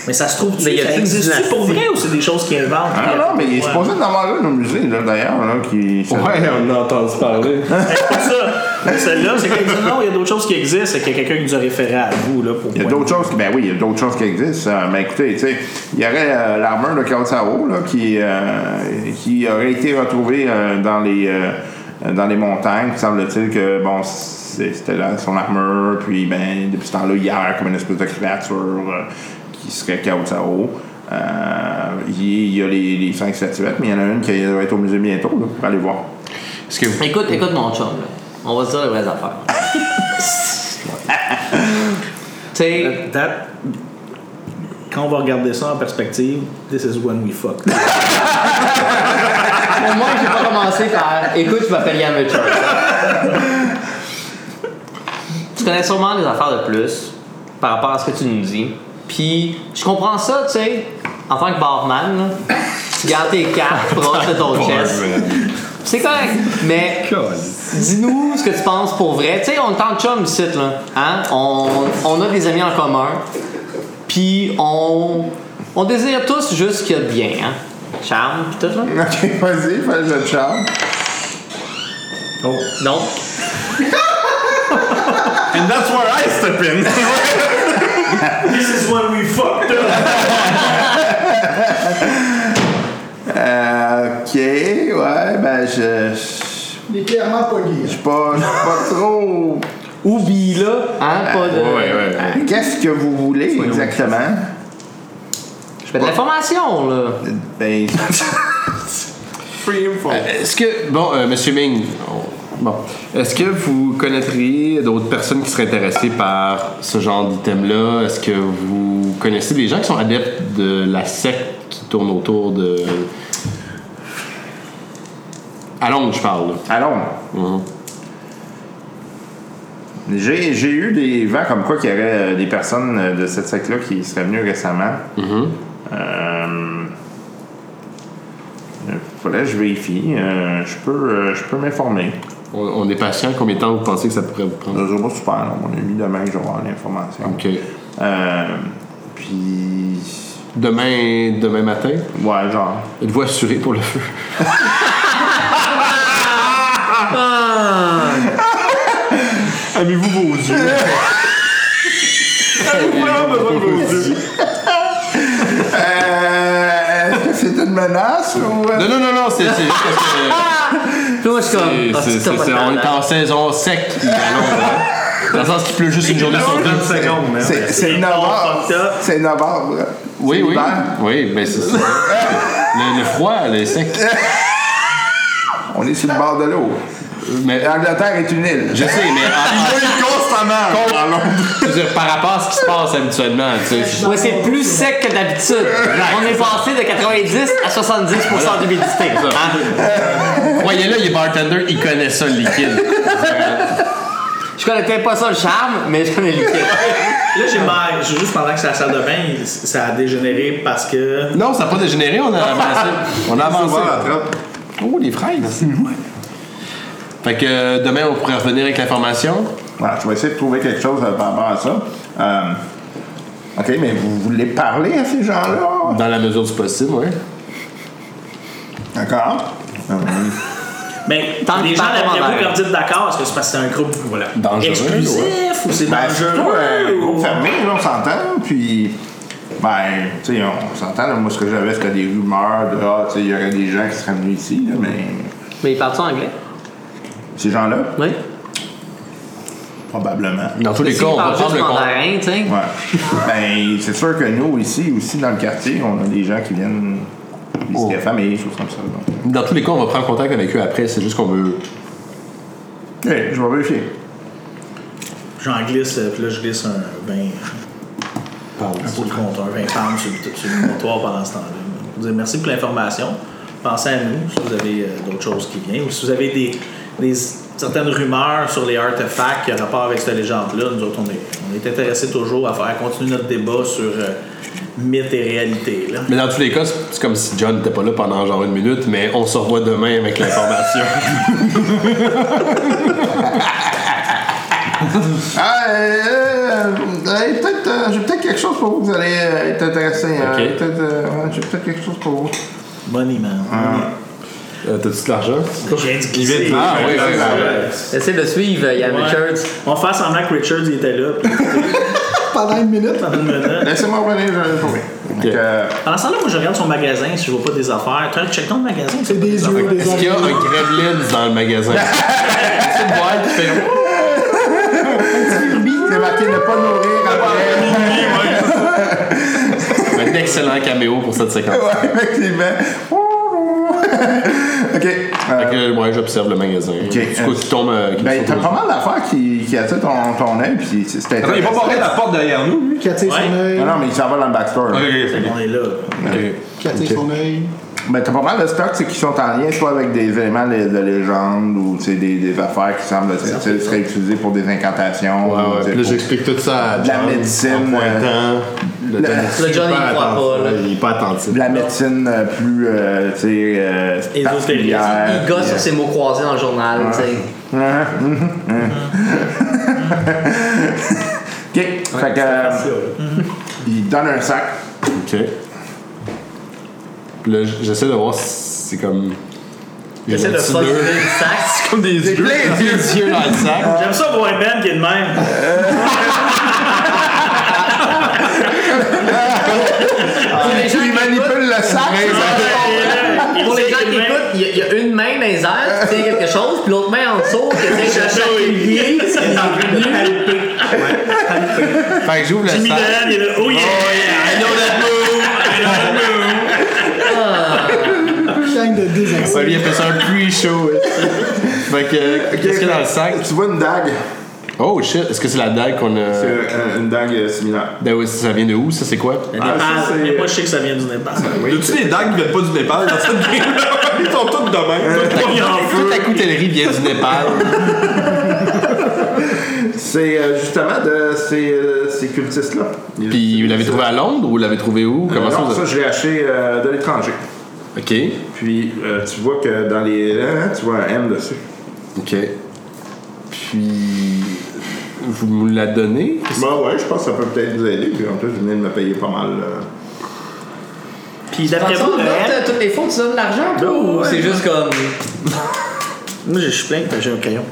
S8: Mais ça se trouve, tu
S11: Mais y a-t-il
S8: ça
S11: une
S8: existe
S11: dynastie?
S8: pour vrai ou c'est des choses qu'ils inventent
S3: ah non, mais il est
S8: Ouais.
S3: supposé en avoir un au musée, là, d'ailleurs, là, qui...
S5: Ouais, on a entendu parler.
S8: C'est pas ça. Celle-là, c'est quelqu'un qui dit non, il y a d'autres choses qui existent. C'est qu'il y a quelqu'un qui nous a référé à vous. Là, pour
S3: Il y a
S8: pointer.
S3: d'autres choses, qui- ben oui, il y a d'autres choses qui existent. euh, mais écoutez, tu sais, il y aurait euh, l'armure de Cao Cao, là, qui, euh, qui aurait été retrouvée euh, dans les euh, dans les montagnes. Puis Semble-t-il que bon, c'est- c'était là son armure. Puis ben depuis ce temps-là, il y a comme une espèce de créature euh, qui serait Cao Cao. Euh, Il y a les, les cinq statuettes, mais il y en a une qui va être au musée bientôt. Là, pour aller voir.
S5: Est-ce que vous...
S9: Écoute, écoute mon chum, là. on va se dire les vraies affaires. tu sais,
S8: That- Quand on va regarder ça en perspective, this is when we fuck.
S9: pour moi, j'ai pas commencé par écoute, tu m'appelles Yann Richards. tu connais sûrement des affaires de plus par rapport à ce que tu nous dis. Puis, je comprends ça, tu sais, en tant que barman, là, tu gardes tes cartes proches de ton chest. C'est correct, mais dis-nous ce que tu penses pour vrai. Tu sais, on est en chum du site, là. Hein? On, on a des amis en commun. Puis on, on désire tous juste ce qu'il y a de bien, hein? Charme, pis tout, là.
S3: Ok, vas-y, fais le charme.
S9: Donc,
S3: And that's where I step in.
S8: this is when we fuck.
S3: Euh, ok, ouais, ben je. je-
S7: Il est clairement pas
S3: Je
S7: gay.
S3: suis pas, je suis pas trop.
S9: oublie là, hein? Pas de.
S3: Euh, Qu'est-ce que vous voulez exactement?
S9: Je fais de l'information, là.
S3: Ben.
S5: Euh, Est-ce que. Bon, euh, Monsieur Ming. on- Bon. Est-ce que vous connaîtriez d'autres personnes qui seraient intéressées par ce genre d'item-là? Est-ce que vous connaissez des gens qui sont adeptes de la secte qui tourne autour de. À Londres, je parle. là.
S3: Allons.
S5: Mhm.
S3: J'ai j'ai eu des vents comme quoi qu'il y aurait euh, des personnes euh, de cette secte-là qui seraient venues récemment. Euh, faudrait que je vérifie. Euh, je peux, euh, je peux m'informer.
S5: On, on est patient. Combien de temps vous pensez que ça pourrait vous prendre?
S3: Je sais pas super, là. On a mis demain que je vais avoir l'information.
S5: Ok.
S3: Euh, puis.
S5: Demain, demain matin,
S3: Ouais, genre.
S5: êtes-vous assuré pour le feu?
S6: Avez-vous vos yeux? Avez-vous vraiment besoin de vos yeux?
S3: Euh, Est-ce que c'est une menace ou.
S5: Non, non, non, non, c'est. c'est juste parce que-
S9: Puis moi, je suis
S5: C'est-
S9: comme. ah,
S5: c'est-
S9: t'as pas
S5: c'est-
S9: de
S5: On
S9: talent.
S5: est en saison sec ici à Londres. hein. Dans le sens qu'il pleut juste une journée sur deux.
S6: secondes, man.
S3: C'est- C'est novembre. C'est novembre.
S5: Oui,
S3: C'est
S5: oui.
S3: l'hiver.
S5: Oui, ben c'est ça. Le, le froid, le sec.
S3: On est sur le bord de l'eau.
S5: Mais,
S3: L'Angleterre est une île.
S5: je sais, mais en-
S3: constamment.
S5: je veux dire, par rapport à ce qui se passe habituellement, tu sais. c'est-
S9: Ouais, c'est plus sec que d'habitude. On est passé de 90 à 70 d'humidité. hein.
S5: Croyez-le, les bartenders, ils connaissent ça, le liquide.
S9: Je connais peut-être pas ça le charme, mais je connais le liquide.
S8: Là, j'ai mal. j'ai Juste pendant que c'est la salle de bain, il- ça a dégénéré parce que.
S5: Non, ça n'a pas dégénéré, on a avancé. On a avancé. Oh, les fraises. Fait que euh, demain, on pourrait revenir avec l'information.
S3: Voilà, je vais essayer de trouver quelque chose euh, par rapport à ça. Euh, OK, mais vous voulez parler à ces gens-là?
S5: Dans la mesure du possible, oui.
S3: D'accord.
S8: Mais
S9: Tant
S8: les
S9: que
S8: gens
S9: par
S8: n'avaient pas
S9: commentaire.
S8: perdu d'accord. Est-ce que c'est parce que c'est un groupe voilà,
S5: Dangereux,
S8: exclusif ou c'est
S3: Ben, c'est pas un
S8: dangereux
S3: groupe
S8: ou-
S3: fermé, là, on s'entend. Puis, ben, tu sais, on s'entend. là, Moi, ce que j'avais, c'était des rumeurs de, ah, tu sais, il y aurait des gens qui seraient venus ici, là, mais
S9: Mais il parle en anglais?
S3: ces gens-là,
S9: Oui.
S3: probablement.
S1: Dans tous les
S2: S'il
S1: cas, on va
S2: parle
S1: prendre
S2: juste
S1: le compte.
S2: mandarin, tu sais.
S3: Ouais. ben, c'est sûr que nous, ici, aussi dans le quartier, on a des gens qui viennent visiter la famille, des choses comme ça. donc.
S1: Dans tous les cas, on va prendre contact avec eux après. C'est juste qu'on veut.
S3: Ok, je vais vérifier.
S8: J'en glisse, euh, puis là, je glisse un 20. Un pot de compte, un 20 pounds sur, le- sur le comptoir pendant ce temps-là. Je vous dis merci pour l'information. Pensez à nous si vous avez euh, d'autres choses qui viennent ou si vous avez des, des- certaines rumeurs sur les artefacts qui ont rapport avec cette légende-là. Nous autres, on est, on est intéressés toujours à faire à continuer notre débat sur euh, mythes et réalité. Là.
S1: Mais dans tous les cas, c'est c'est comme si John n'était pas là pendant genre une minute, mais on se revoit demain avec l'information.
S3: Ah, euh, euh, euh, peut-être, euh, j'ai peut-être quelque chose pour vous que vous allez euh, être intéressé. hein.
S1: Ok.
S3: Peut-être, euh, ouais, j'ai peut-être quelque chose pour vous.
S8: Money man.
S1: Euh, T'as-tu de l'argent?
S8: J'ai dit glisser.
S1: Ah, oui, oui, oui.
S9: Essaye de suivre, euh, Yann
S8: Ouais.
S9: Richards.
S8: On fait semblant que Richards il était là. puis
S7: Pendant une minute,
S8: pendant une minute.
S3: Laissez-moi revenir, je vais le trouver. Donc, euh,
S8: Pendant ce temps-là, moi, je regarde son magasin si je vois pas des affaires. Tu check ton magasin.
S7: c'est des yeux, des
S1: Est-ce qu'il y a un
S7: oreilles.
S1: gremlin dans le magasin? C'est une boîte qui fait.
S3: c'est marqué ne pas nourrir après.
S1: Un excellent caméo pour cette séquence.
S3: Ouais, effectivement. ok. euh,
S1: Fait que, ouais, j'observe le magasin. Du coup, qui tombe. euh, qui
S3: ben,
S1: me
S3: t'as
S1: saute aux
S3: pas mal d'affaires qui, qui attirent ton, ton œil, puis c'est c'est
S5: Attends, il va
S3: intéressant.
S5: barrer la porte derrière nous, lui.
S7: qui attire son
S8: Ouais.
S7: œil,
S3: Non, non, mais il s'en va dans le backstore. là.
S8: On est là.
S1: yeux.
S7: qui attire son œil.
S3: Ben, t'as pas mal de stocks c'est qui sont en lien soit avec des éléments de, de légende ou c'est des, des affaires qui semblent être- seraient utilisées pour des incantations.
S1: Ouais,
S3: ou,
S1: ouais. Puis
S3: tu sais,
S1: là,
S3: pour-
S1: j'explique tout ça à
S3: De la
S1: John,
S3: médecine,
S1: Ah,
S3: euh,
S1: en pointant. Le, John, il est
S9: Le John, il
S1: super
S9: croit
S1: attentif.
S9: pas, là.
S1: Ouais, Il est pas attentif.
S3: de la médecine euh, plus, euh, tu sais, euh,
S8: Ésotérique.
S3: particulière.
S9: Il gosse sur ses mots croisés dans le journal, tu sais.
S3: OK. fait que, euh, il donne un sac.
S1: Ok. Puis là, j'essaie de voir si c'est comme.
S9: J'essaie de
S1: J'ai un petit
S9: faire
S1: bleu.
S9: le sac.
S1: comme des yeux. Des yeux dans le sac.
S8: J'aime ça voir un band qui est de même.
S3: Euh. il manipule le sac.
S9: Pour les gens qui écoutent, il y a- il y, a une main dans les airs qui tient quelque chose, puis l'autre main en dessous qui essaie de chatouiller. C'est en train de palper.
S1: Fait que j'ouvre le
S8: Jimmy
S1: sac.
S8: Dolan, il est là. Oh yeah!
S7: Chaîne de
S1: Ça
S7: désaction.
S1: lui a fait ça un pre-show. hein. fait que, qu'est-ce qu'il y a dans le sac?
S3: Tu vois une dague.
S1: Oh shit, est-ce que c'est la dague qu'on a.
S3: C'est euh, une dague euh, similaire.
S1: Ben oui, ça vient de où? Ça, c'est quoi?
S8: Le
S3: Ah, ça,
S8: Népal.
S3: c'est-
S8: Mais moi, je sais que ça vient du Népal.
S5: Y'a-tu des dagues qui viennent pas du Népal dans cette game-là? Ils sont tous de même. Ils sont
S8: Il
S5: tous
S8: y a un
S1: Ah, Toute la coutellerie vient du Népal.
S3: C'est euh, justement de ces, euh, ces cultistes-là. Ils-
S1: Puis vous l'avez trouvé à Londres ou vous l'avez trouvé où? Comment ça?
S3: non,
S1: vous-
S3: ça, je l'ai acheté euh, de l'étranger.
S1: Ok.
S3: Puis euh, tu vois que dans les. hein, tu vois un M dessus.
S1: Ok. Puis. Vous me la donnez?
S3: Bah ouais, je pense que ça peut peut-être vous aider. Puis en plus, vous venez de me payer pas mal. euh.
S8: Puis d'après
S9: Après ça,
S8: vous,
S9: on
S8: le
S9: note
S8: hand-
S9: euh, toutes les fois, tu donnes de l'argent, toi, ou c'est juste comme.
S8: Moi, je suis plein que j'ai un crayon.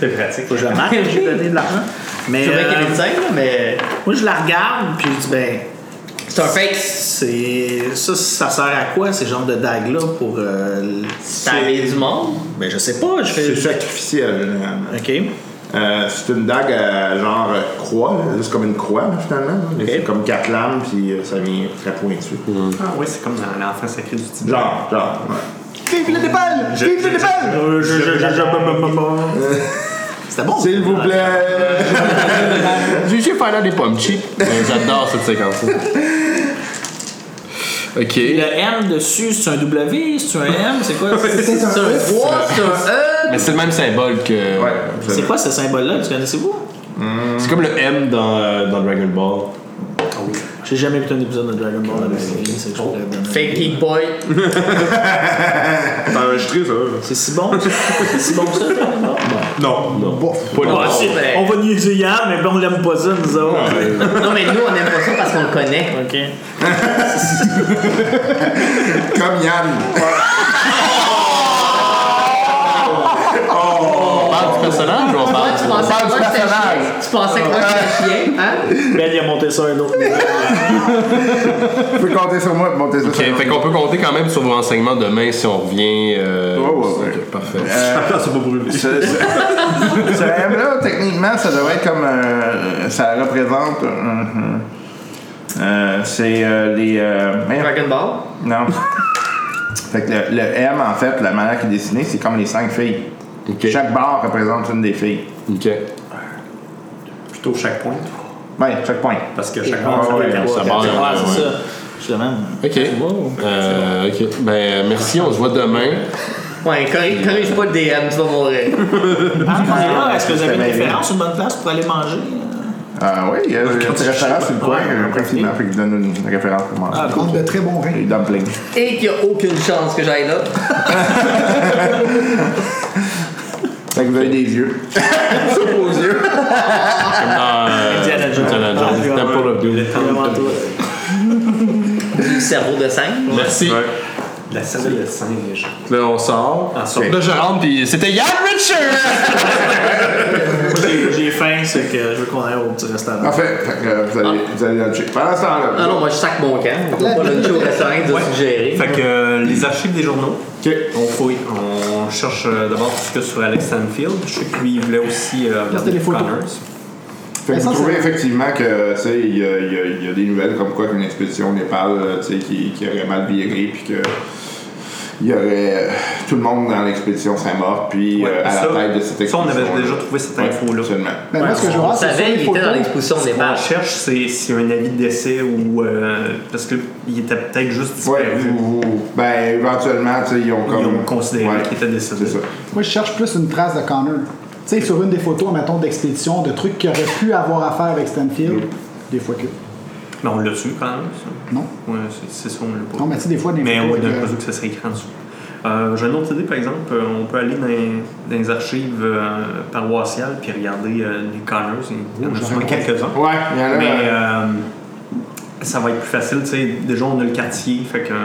S6: C'est pratique.
S8: Faut que je le marque, j'ai donné de l'argent. Mais.
S9: C'est vrai qu'il y a
S8: euh,
S9: des scènes, là, mais.
S8: moi, je la regarde, puis je dis, ben.
S9: C'est un fake.
S8: C'est. Ça, ça sert à quoi, ces genres de dagues-là, pour. euh, le-
S9: T'avais du monde.
S8: Ben, je sais pas. Je
S3: C'est
S8: fais.
S3: sacrificiel. euh,
S8: Ok.
S3: Euh, c'est une dague à genre euh, croix, là. c'est comme une croix là, finalement. là. Mais C'est comme quatre lames, puis euh, ça vient très pointu.
S6: Ah ouais, c'est comme dans l'enfant sacré du Tibet.
S3: Genre, genre, ouais.
S7: Vive le Népal!
S6: Je-
S7: Vive le
S6: je-
S7: Népal!
S8: Euh, je- je- je- je- C'était bon.
S3: S'il vous plaît!
S1: J'ai juste faire des pommes cheap. Mais J'adore cette séquence-là. Ok.
S8: Le M dessus, c'est un W, c'est un M, c'est quoi?
S7: C'est un
S9: C'est un
S7: feu.
S9: 3, c'est un E.
S1: Mais c'est le même symbole que.
S3: Ouais, vous
S8: C'est
S3: avez-
S8: quoi ce symbole-là? Tu connaissez-vous?
S1: C'est comme le M dans, euh, dans Dragon Ball.
S8: J'ai jamais vu un épisode de Dragon Ball avec lui, Ben, c'est que je pourrais donner.
S9: Fake Geek Boy.
S5: T'as enregistré ça? là?
S8: C'est si bon, c'est si bon que ça, Dragon Ball?
S5: Non.
S1: Non. Pas le
S8: Ah,
S1: Ball.
S8: si,
S9: ben.
S8: On va niaiser hier, mais ben, on l'aime pas ça, nous autres.
S9: Non, mais nous, on aime pas ça parce qu'on le connaît.
S8: Ok.
S3: Comme Yann!
S1: On parle du personnage ou on
S9: Moi,
S1: parle
S9: tu pensais
S3: parle
S9: pas
S3: du
S9: que c'était
S3: personnage.
S9: Tu pensais que moi j'étais un chien, hein?
S8: Ben, il a monté ça un autre niveau.
S3: Tu peux compter sur moi pour monter ça. sur
S1: Ok, fait qu'on peut compter quand même sur vos renseignements demain si on revient. euh,
S3: Ouais, ouais, ouais.
S1: ok, Parfait.
S5: ça va brûler.
S3: Ce, ce- ce M-là, techniquement, ça devrait être comme un- Ça représente. un- un- euh, c'est euh, les. euh, merde.
S9: Dragon Ball?
S3: non. Fait que le, le M, en fait, la manière qui est dessinée, c'est comme les cinq filles.
S1: Ok.
S3: Chaque barre représente une des filles.
S1: Ok.
S6: Plutôt chaque point.
S3: Ouais, chaque point.
S6: Parce que chaque
S3: Ah,
S6: point, ça
S3: ouais,
S6: fait quatre.
S1: Ça barre,
S8: Ah,
S1: ouais.
S8: c'est ça. Justement.
S1: Ok. Euh, ok. Ben, merci, on se voit demain.
S9: Ouais, corrige, corrige pas le DM, tu vas mourir.
S8: Ah, on est là. Est-ce que vous avez
S3: c'était
S8: une
S3: bien.
S8: référence, une bonne place pour aller manger?
S3: Ah oui, il y a une référence sur le coin, euh, facilement, fait qu'il donne une une référence pour moi.
S7: Par contre, de très bons reins.
S3: Les dumplings.
S9: Et qu'il n'y a aucune chance que j'aille là.
S3: Fait que vous avez des yeux. Sauf aux yeux.
S1: Comme dans euh,
S8: Indiana Jones.
S1: Indiana Jones,
S8: Ah,
S1: Temple of Doom.
S8: Vraiment toi.
S9: Du cerveau de singe.
S1: Merci.
S6: La salle de singe.
S1: Là, on sort.
S6: sort.
S1: Là, je rentre, puis c'était Yann Richard!
S8: Moi, j'ai- J'ai faim, c'est que je veux qu'on aille au petit restaurant.
S3: Parfait. Fait que euh, vous allez, vous allez luncher. Pendant ce temps-là.
S9: Ah non, moi je sac mon camp. On peut pas le show au restaurant de
S6: Ouais.
S9: suggérer.
S6: Fait que euh, les archives des journaux, on fouille. On cherche euh, d'abord tout ce que sur Alex Stanfield. Je sais que lui, il voulait aussi euh,
S7: Regardez les photos.
S3: Fait que vous
S7: Essentiellement.
S3: trouvez effectivement que, tu sais, il y, a- il y a- il y a des nouvelles comme quoi qu'une expédition au Népal, euh, tu sais, qui, qui aurait mal viré, puis que il y aurait euh, tout le monde dans l'expédition serait mort, puis euh, à
S6: ça,
S3: la tête de cette
S6: ça, on
S3: expédition.
S6: avait déjà trouvé cette info-là.
S3: Absolument.
S7: Ben, moi, ce que je veux
S9: On
S7: voir, c'est sur
S9: savait
S7: les
S9: qu'il était dans
S7: photos.
S9: l'exposition au
S6: Ce qu'on
S9: départ.
S6: cherche, c'est s'il y a un avis de décès ou. euh, parce qu'il était peut-être juste
S3: Ouais,
S6: disparu.
S3: vous- vous- ben, éventuellement, tu sais, ils ont comme.
S6: Ils ont considéré
S3: Ouais,
S6: qu'il était décédé.
S3: C'est ça.
S7: Moi, je cherche plus une trace de Connor. Tu sais, sur une des photos, mettons, d'expédition, de trucs qu'il aurait pu avoir à faire avec
S3: Mm.
S7: Stanfield. Des fois que.
S6: Mais on l'a su quand même, ça.
S7: Non.
S6: Ouais, c'est- c'est ça, on l'a pas.
S7: Non, mais tu sais, des fois, des
S6: Mais
S7: photos.
S6: oui, d'un
S7: avec,
S6: cas
S7: euh,
S6: où que ça serait écrit en dessous. Euh, J'ai une autre idée, par exemple, euh, on peut aller dans les, dans les archives euh, paroissiales puis regarder euh, les Connors. Il y en a sûrement quelques-uns.
S3: Oh, Ouais, il y en a.
S6: Mais
S3: euh,
S6: euh, ça va être plus facile, tu sais. Déjà, on a le quartier, fait que euh,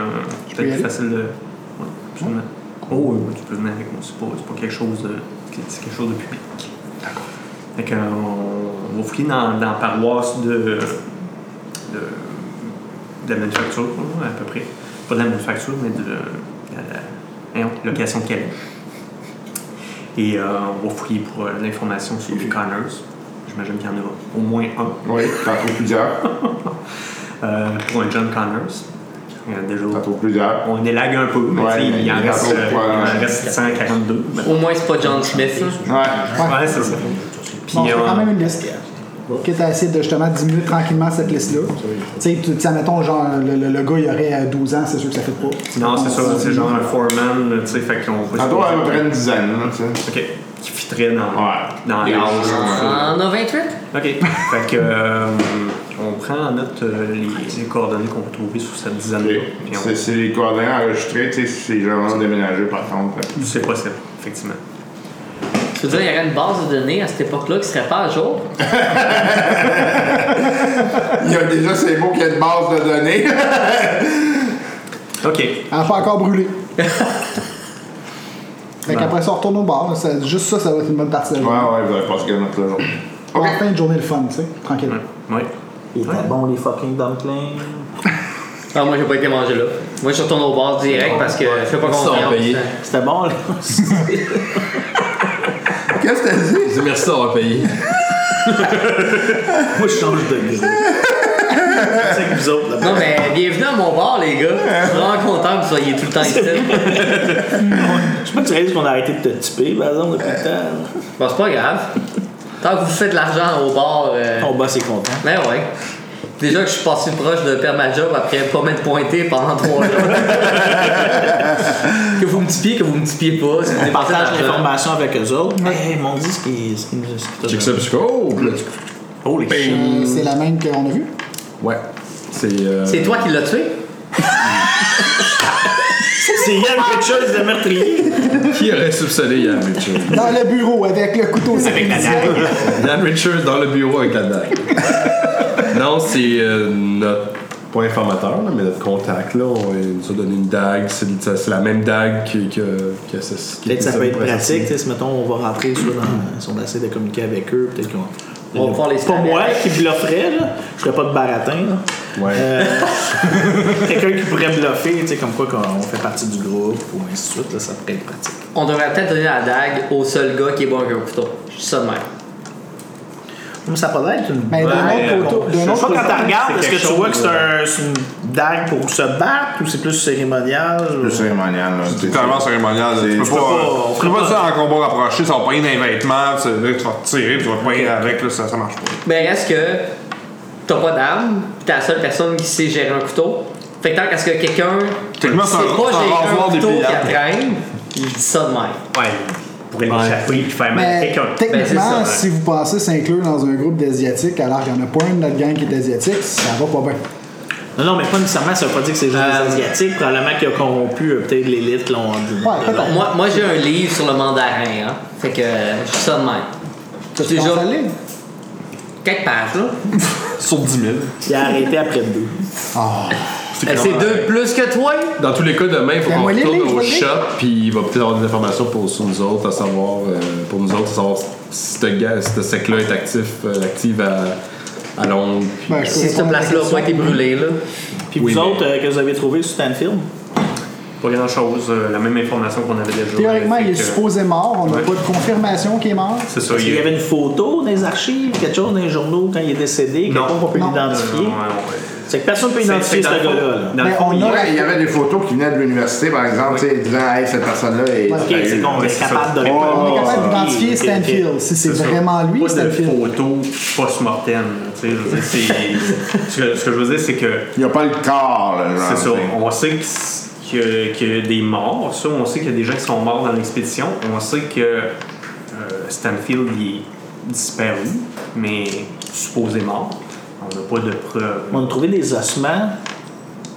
S7: peux y
S6: peut-être plus
S7: aller?
S6: facile de. Ouais, absolument. Oh, oui, oui, tu peux venir avec moi, c'est pas, c'est pas quelque chose de. C'est quelque chose de public. D'accord. Fait que, euh, on, on va fouiller dans, dans la paroisse de. de, de la manufacture, quoi, à peu près. Pas de la manufacture, mais de. euh, la, la- voyons, location de calèche. Et euh, on va fouiller pour euh, l'information sur les Connors. J'imagine qu'il y en aura au moins un.
S3: Oui, t'en trouves plusieurs.
S6: Euh, pour un John Connors. Euh, déjà,
S3: T'en trouves plusieurs.
S6: on élague un peu, mais
S3: Ouais,
S6: tu sais,
S3: mais
S6: il en
S3: il
S6: reste,
S3: reste
S6: euh,
S3: pas,
S6: il en
S3: hein.
S6: reste 142. ben.
S9: Au moins c'est pas John Smith. là.
S3: Ouais.
S6: Ouais, c'est ça. Puis,
S7: Bon, je fais
S6: euh,
S7: quand même une liste. Quitte à essayer de justement diminuer tranquillement cette liste-là. Tu sais, tu- tu sais, mettons, genre, le, le- le gars, il aurait euh, 12 ans, c'est sûr que ça fait pas.
S6: non, c'est ça,
S7: On-
S6: c'est genre un foreman, là, tu sais, fait qu'on va
S3: T'en trouves à peu près une dizaine, là, tu sais.
S6: Ok, qui fitterait dans,
S3: Ouais.
S6: dans
S3: Des
S6: l'âge.
S3: gens,
S6: ça.
S9: On a 28?
S6: Ok, fait que, euh, on prend en note euh, les, les coordonnées qu'on va trouver sur cette dizaine-là.
S3: Ok.
S6: puis on-
S3: C'est c'est les coordonnées enregistrées, tu sais, c'est vraiment déménagé par contre. fait que-
S6: C'est possible, effectivement.
S9: Je veux dire, il y aurait une base de données à cette époque-là qui serait pas à jour.
S3: Il y a déjà ces mots qui a une base de données.
S6: Ok,
S7: Elle fait encore brûler. Fait qu'après ça, on retourne au bar. là. Ça- juste ça, ça va être une bonne partie de la
S3: ouais,
S7: journée.
S3: ouais, vous avez pas ce notre jour.
S7: On va en fin de journée le fun, tu sais, tranquille.
S6: ouais.
S8: Il était bon, les fucking dumplings.
S9: Ah, moi j'ai pas été mangé là. Moi je retourne au bar direct parce que je fais pas
S1: Ils sont
S9: confiance.
S1: payés.
S8: C'était bon, là.
S3: Qu'est-ce que t'as dit?
S1: Je dis merci d'avoir payé.
S8: Moi, je change de gris. C'est que vous autres, là-bas.
S9: Non mais bienvenue à mon bar les gars. Je suis vraiment content que vous soyez tout le temps ici.
S8: Je sais pas, tu réalises qu'on a arrêté de te typer, par exemple, depuis le temps.
S9: Bon c'est pas grave. Tant que vous faites de l'argent au bar. euh,
S8: Ton boss est content.
S9: Ben ouais. Déjà que je suis passé proche de perdre ma job après pas m'être pointé pendant trois jours. que vous me typiez, que vous me typiez pas. si vous
S8: On
S9: avez passé
S8: partage
S9: ma job.
S8: l'information avec eux autres. Hey, ils m'ont dit ce qu'ils ce qu'ils nous
S1: Check ça,
S8: expliquent.
S1: puis je fais, oh, puis là, tu-
S6: Oh, les chiens.
S7: Euh, c'est la même qu'on a vue.
S1: Ouais. C'est. euh,
S9: C'est toi qui l'as tué?
S8: C'est Yann quelque chose de meurtrier.
S1: Qui aurait soupçonné Yann Richard?
S7: Dans le bureau, avec le couteau. Avec la
S1: Yann Richard dans le bureau avec la dague. non, c'est euh, notre. Pas informateur, là, mais notre contact, là, on il nous a donné une dague. C'est c'est la même dague qui- que. que ça- qui-
S8: Peut-être que ça
S1: qui-
S8: peut être pratique, tu sais, si mettons on va rentrer, soit dans, si on essaie de communiquer avec eux, peut-être qu'on
S9: On va pouvoir les
S8: C'est pas moi qui blufferais, là. Je ferais pas de baratin, là.
S1: Ouais.
S8: Euh, Quelqu'un qui pourrait bluffer, tu sais, comme quoi qu'on fait partie du groupe ou ainsi de suite, là, ça pourrait être pratique.
S9: On devrait peut-être donner la dague au seul gars qui est bon avec un couteau. Je dis ça de même.
S8: Mais ça pourrait être une.
S7: Mais Ben, d'un
S8: Ouais, euh,
S7: autre côté-
S8: Je
S7: d'un
S8: sais
S7: autre
S8: pas
S7: côté-
S8: quand tu regardes, est-ce
S5: quelque
S8: que tu
S5: chose
S8: vois que c'est un- c'est une dague pour se battre ou c'est plus cérémonial?
S3: C'est cérémonial, là.
S5: C'est tellement cérémonial. Tu peux
S3: tu
S5: pas,
S8: pas- on
S5: tu peux
S8: fera
S5: pas
S8: pas-
S5: ça en combat rapproché, ça va pogner dans les vêtements, tu, là, tu vas te tirer, puis tu vas te pogner avec, là, ça, ça marche pas.
S9: Mais reste que t'as pas d'arme, pis t'es la seule personne qui sait gérer un couteau. Fait que tant qu'à ce que quelqu'un qui sait
S5: Techniquement, c'est un-
S9: pas
S5: c'est un
S9: gérer
S5: rasoir
S9: un couteau qui
S5: dépliable.
S9: traîne, il dit ça de même.
S6: Ouais, il pourrait l'échapper et faire mal à
S7: Mais
S6: quelqu'un.
S9: Ben,
S7: techniquement,
S9: c'est ça,
S7: si vous pensez s'inclure dans un groupe d'Asiatiques alors qu'il n'y en a pas un de notre gang qui est asiatique, ça va pas bien.
S8: Non, non, mais pas nécessairement, ça veut pas dire que c'est juste
S9: Euh,
S8: des Asiatiques. Probablement qu'il a corrompu euh, peut-être l'élite, là, on
S7: Ouais, peut-être.
S9: Moi, moi j'ai un livre sur le mandarin, hein. Fait que euh, je dis ça de même.
S7: Tu
S9: C'est
S7: penses
S9: genre-
S7: à l'île?
S9: Quelques pages, là.
S5: Sur 10 000.
S8: Il a arrêté après deux.
S9: Euh, C'est deux de plus que toi.
S1: Dans tous les cas, demain, il faut
S7: Ben,
S1: qu'on
S7: moi, les
S1: retourne
S7: livres,
S1: au
S7: moi, les
S1: shop, puis il va peut-être avoir des informations pour sur nous autres, à savoir, euh, pour nous autres, à savoir si ce gars, si ce sec-là est actif, euh, active à, à Londres. puis-
S5: Bah,
S7: Ben, je peux
S9: Si cette
S7: répondre à la
S9: place-là a
S7: question.
S9: pas été brûlée, là.
S8: Puis
S1: Oui,
S8: vous
S1: mais-
S8: autres, euh, que vous avez trouvé sur Stanfield?
S6: Pas grand chose, la même information qu'on avait déjà.
S7: Théoriquement,
S6: Fait
S7: il est
S6: que,
S7: supposé mort. On n'a
S6: Ouais.
S7: pas de confirmation qu'il est mort.
S6: C'est ça,
S8: Est-ce
S6: il
S8: qu'il y
S6: est.
S8: avait une photo dans les archives, quelque chose dans les journaux quand il est décédé,
S6: Non.
S8: quelqu'un qu'on peut
S7: Non.
S6: Non,
S8: l'identifier?
S6: ouais, ouais.
S8: C'est que personne ne peut
S6: C'est-
S8: identifier ce
S6: c'est dans le fond-
S8: gars-là. là.
S6: Dans le
S7: Mais
S6: fond,
S7: on
S6: il-
S7: a-
S3: Ouais, il y avait des photos qui venaient de l'université, par exemple, tu sais, disant, hey, cette personne-là
S7: Ouais.
S3: est.
S8: Ok, c'est qu'on
S6: Ouais,
S8: est
S6: c'est ça.
S8: capable de
S3: Oh,
S7: On est capable
S8: Ok,
S7: d'identifier
S8: ok, ok.
S7: Stanfield. Si c'est
S6: ça.
S7: vraiment lui,
S6: Pas de
S7: Stanfield.
S6: photo post-mortem. Tu sais, je veux dire, c'est- ce, que, ce que je veux dire, c'est que
S3: Il n'y a pas le corps, là, genre.
S6: C'est ça.
S3: tu sais.
S6: On sait que- que- qu'il y a des morts. Ça, on sait qu'il y a des gens qui sont morts dans l'expédition. On sait que euh, Stanfield il est disparu, mais supposé mort. On n'a pas de preuves
S8: On a trouvé des ossements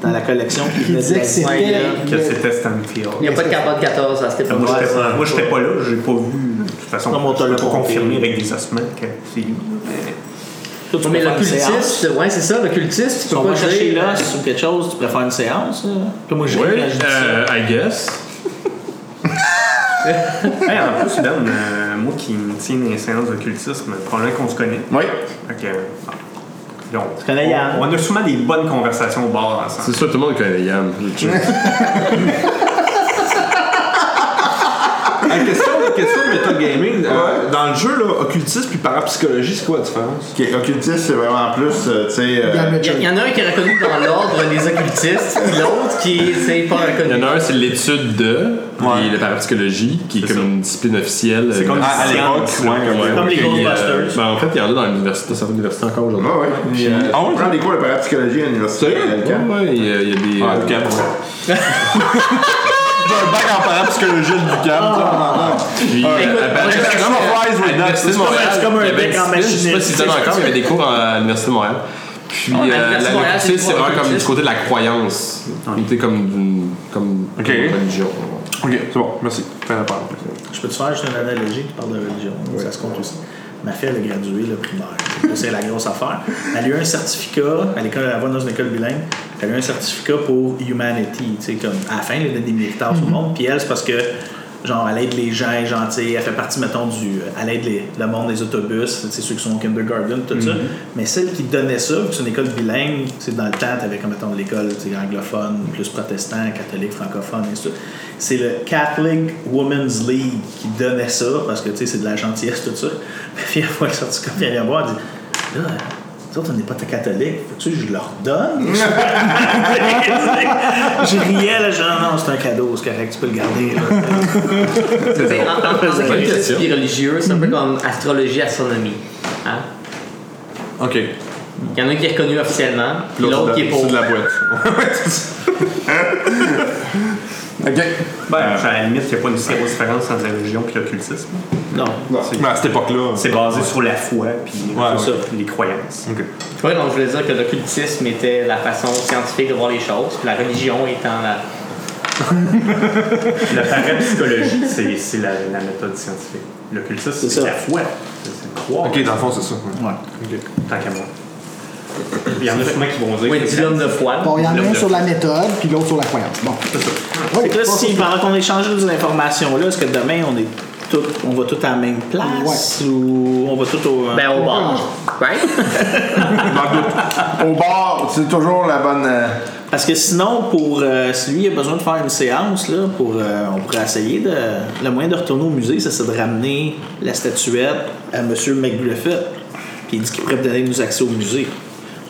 S8: dans la collection qui
S7: Qui
S8: venait de
S7: disait que
S8: la
S7: c'était.
S6: que
S7: le-
S6: c'était Stanfield.
S9: Il n'y a pas de carbone 14 à cette
S5: Ah,
S6: Moi,
S9: époque-là.
S6: j'étais pas, moi, j'étais pas là, j'ai pas vu. De toute façon,
S8: Non, mais on
S6: je
S8: te l'a
S6: peux pas
S8: compté.
S6: confirmer avec des ossements que c'est lui.
S8: Toi, tu
S9: Mais
S8: préfères
S9: le
S8: une séance?
S9: cultiste, ouais, c'est ça, le cultiste, tu
S8: Si
S9: peux
S8: on va
S9: pas
S8: chercher
S9: dire.
S7: euh,
S8: l'os ou quelque chose, tu préfères une séance? là? Que moi, je
S1: Oui,
S8: réagis à ça.
S1: euh, I guess.
S6: Hey, en plus, Ben, euh, moi qui me tiens des séances d'occultisme, probablement qu'on se connaît.
S3: Oui.
S6: Fait que, ah. Donc,
S8: connais Yann.
S6: on, on a souvent des bonnes conversations au bar ensemble.
S1: C'est sûr, tout le monde connaît Yann.
S5: question, question de métagaming, euh, dans le jeu, là, occultisme puis parapsychologie, c'est quoi la différence?
S3: Ok, Occultiste, c'est vraiment plus, euh, tu sais. euh,
S7: Dan
S9: Il y,
S7: Richard.
S9: en a un qui est reconnu dans l'ordre des occultistes, puis l'autre qui c'est pas
S1: Il y
S9: reconnu.
S1: en a un, c'est l'étude de,
S5: Ouais.
S1: puis la parapsychologie, qui est, comme une discipline officielle. euh, C'est
S5: comme à- à l'époque, ouais,
S8: Comme les Ghostbusters.
S1: euh, ben, en fait, il y en a dans l'université, certaines universités encore aujourd'hui.
S3: Ouais, ouais. Puis, euh,
S5: Ah ouais?
S3: on prend des cours de parapsychologie à l'université.
S1: Sérieux?
S3: à l'UQAM.
S1: Ouais, ouais, il y a, il y a des.
S5: Ah,
S1: euh,
S5: du camp. J'ai un bac en parapsychologie du camp, tu sais, on entend.
S1: Puis, euh,
S9: écoute,
S1: à Paris,
S9: moi,
S5: je suis
S1: à-
S5: vraiment wise
S1: à
S5: with that.
S1: l'Université de
S5: C'est
S1: Montréal,
S8: comme- c'est comme un
S1: il y avait
S8: bec en
S1: une discipline, Je sais pas si
S8: machiniste.
S1: c'était encore, il y avait des cours à Euh, l'Université de Montréal. Puis,
S9: Ah, à l'Université
S1: euh,
S9: de
S1: la-
S9: Montréal,
S1: l'occultisme,
S9: c'est
S1: c'est vraiment comme du
S9: occultiste.
S1: côté de la croyance. C'était comme une comme
S5: Ok.
S1: comme une religion.
S5: Ok, c'est bon, merci. Fin de parole.
S8: Je peux te faire juste une analogie qui parle de religion, ça se compte aussi. Ma fille, elle a gradué le primaire. Ça, C'est la grosse affaire. Elle a eu un certificat, à l'école, elle va dans une école bilingue, elle a eu un certificat pour humanity, tu sais, comme à la fin, elle donne des militaires au monde. Puis elle, c'est parce que, genre, elle aide les gens, elle est gentille, elle fait partie, mettons, du. Elle aide les- le monde des autobus, tu sais, ceux qui sont au kindergarten, tout ça. Mais celle qui donnait ça, c'est une école bilingue, tu sais, dans le temps, t'avais, comme, mettons, l'école tu sais, anglophone, plus protestant, catholique, francophone, et tout ça. C'est le Catholic Women's League qui donnait ça, parce que tu sais, c'est de la gentillesse, tout ça. Puis elle voit le certificat, puis elle vient voir, elle dit Là, nous autres, on n'est pas catholique, faut que je leur donne. je riais, là, genre, non, c'est un cadeau, c'est correct, tu peux le garder. là.
S9: T'sais, En en tant qu'occultiste puis religieux, c'est un peu
S7: Mhm.
S9: comme astrologie, astronomie. Hein?
S5: Ok.
S9: Il y en a un qui est reconnu officiellement, puis l'autre qui est
S5: C'est
S9: pour.
S5: de la boîte.
S3: Ok.
S6: Ben,
S5: Euh,
S6: à la limite, il n'y a pas une grosse différence entre la religion et l'occultisme.
S8: Non.
S5: Mais ben, à cette époque-là.
S6: C'est basé sur la foi puis
S5: Ouais,
S6: sur
S5: ouais.
S6: les croyances.
S5: Ok.
S9: Ouais, donc je voulais dire que l'occultisme était la façon scientifique de voir les choses, puis la religion étant la.
S6: La parapsychologie, c'est c'est la, la méthode scientifique. L'occultisme, c'est
S8: ça.
S6: la foi. C'est c'est croire,
S5: Ok, dans le fond, c'est ça.
S6: tant qu'à moi. Il y en a sûrement qui vont dire
S9: Oui,
S6: que
S9: dit l'homme de foi.
S7: Bon, il y en a
S6: Le-
S7: un
S6: le-
S7: sur la méthode, puis l'autre sur la croyance. Bon.
S8: Fait que là, si, pendant qu'on échangeait ces informations-là, est-ce que demain, on est tout, on va tout à la même place ou on va tout au.
S9: Ben, au
S7: hein.
S9: bord. Right?
S3: Au bord, c'est toujours la bonne. euh,
S8: Parce que sinon, pour euh, si lui a besoin de faire une séance, là, pour, euh, on pourrait essayer de. Le moyen de retourner au musée, ça c'est de ramener la statuette à M. McGriffith. Puis il dit qu'il pourrait donner nous accès au musée.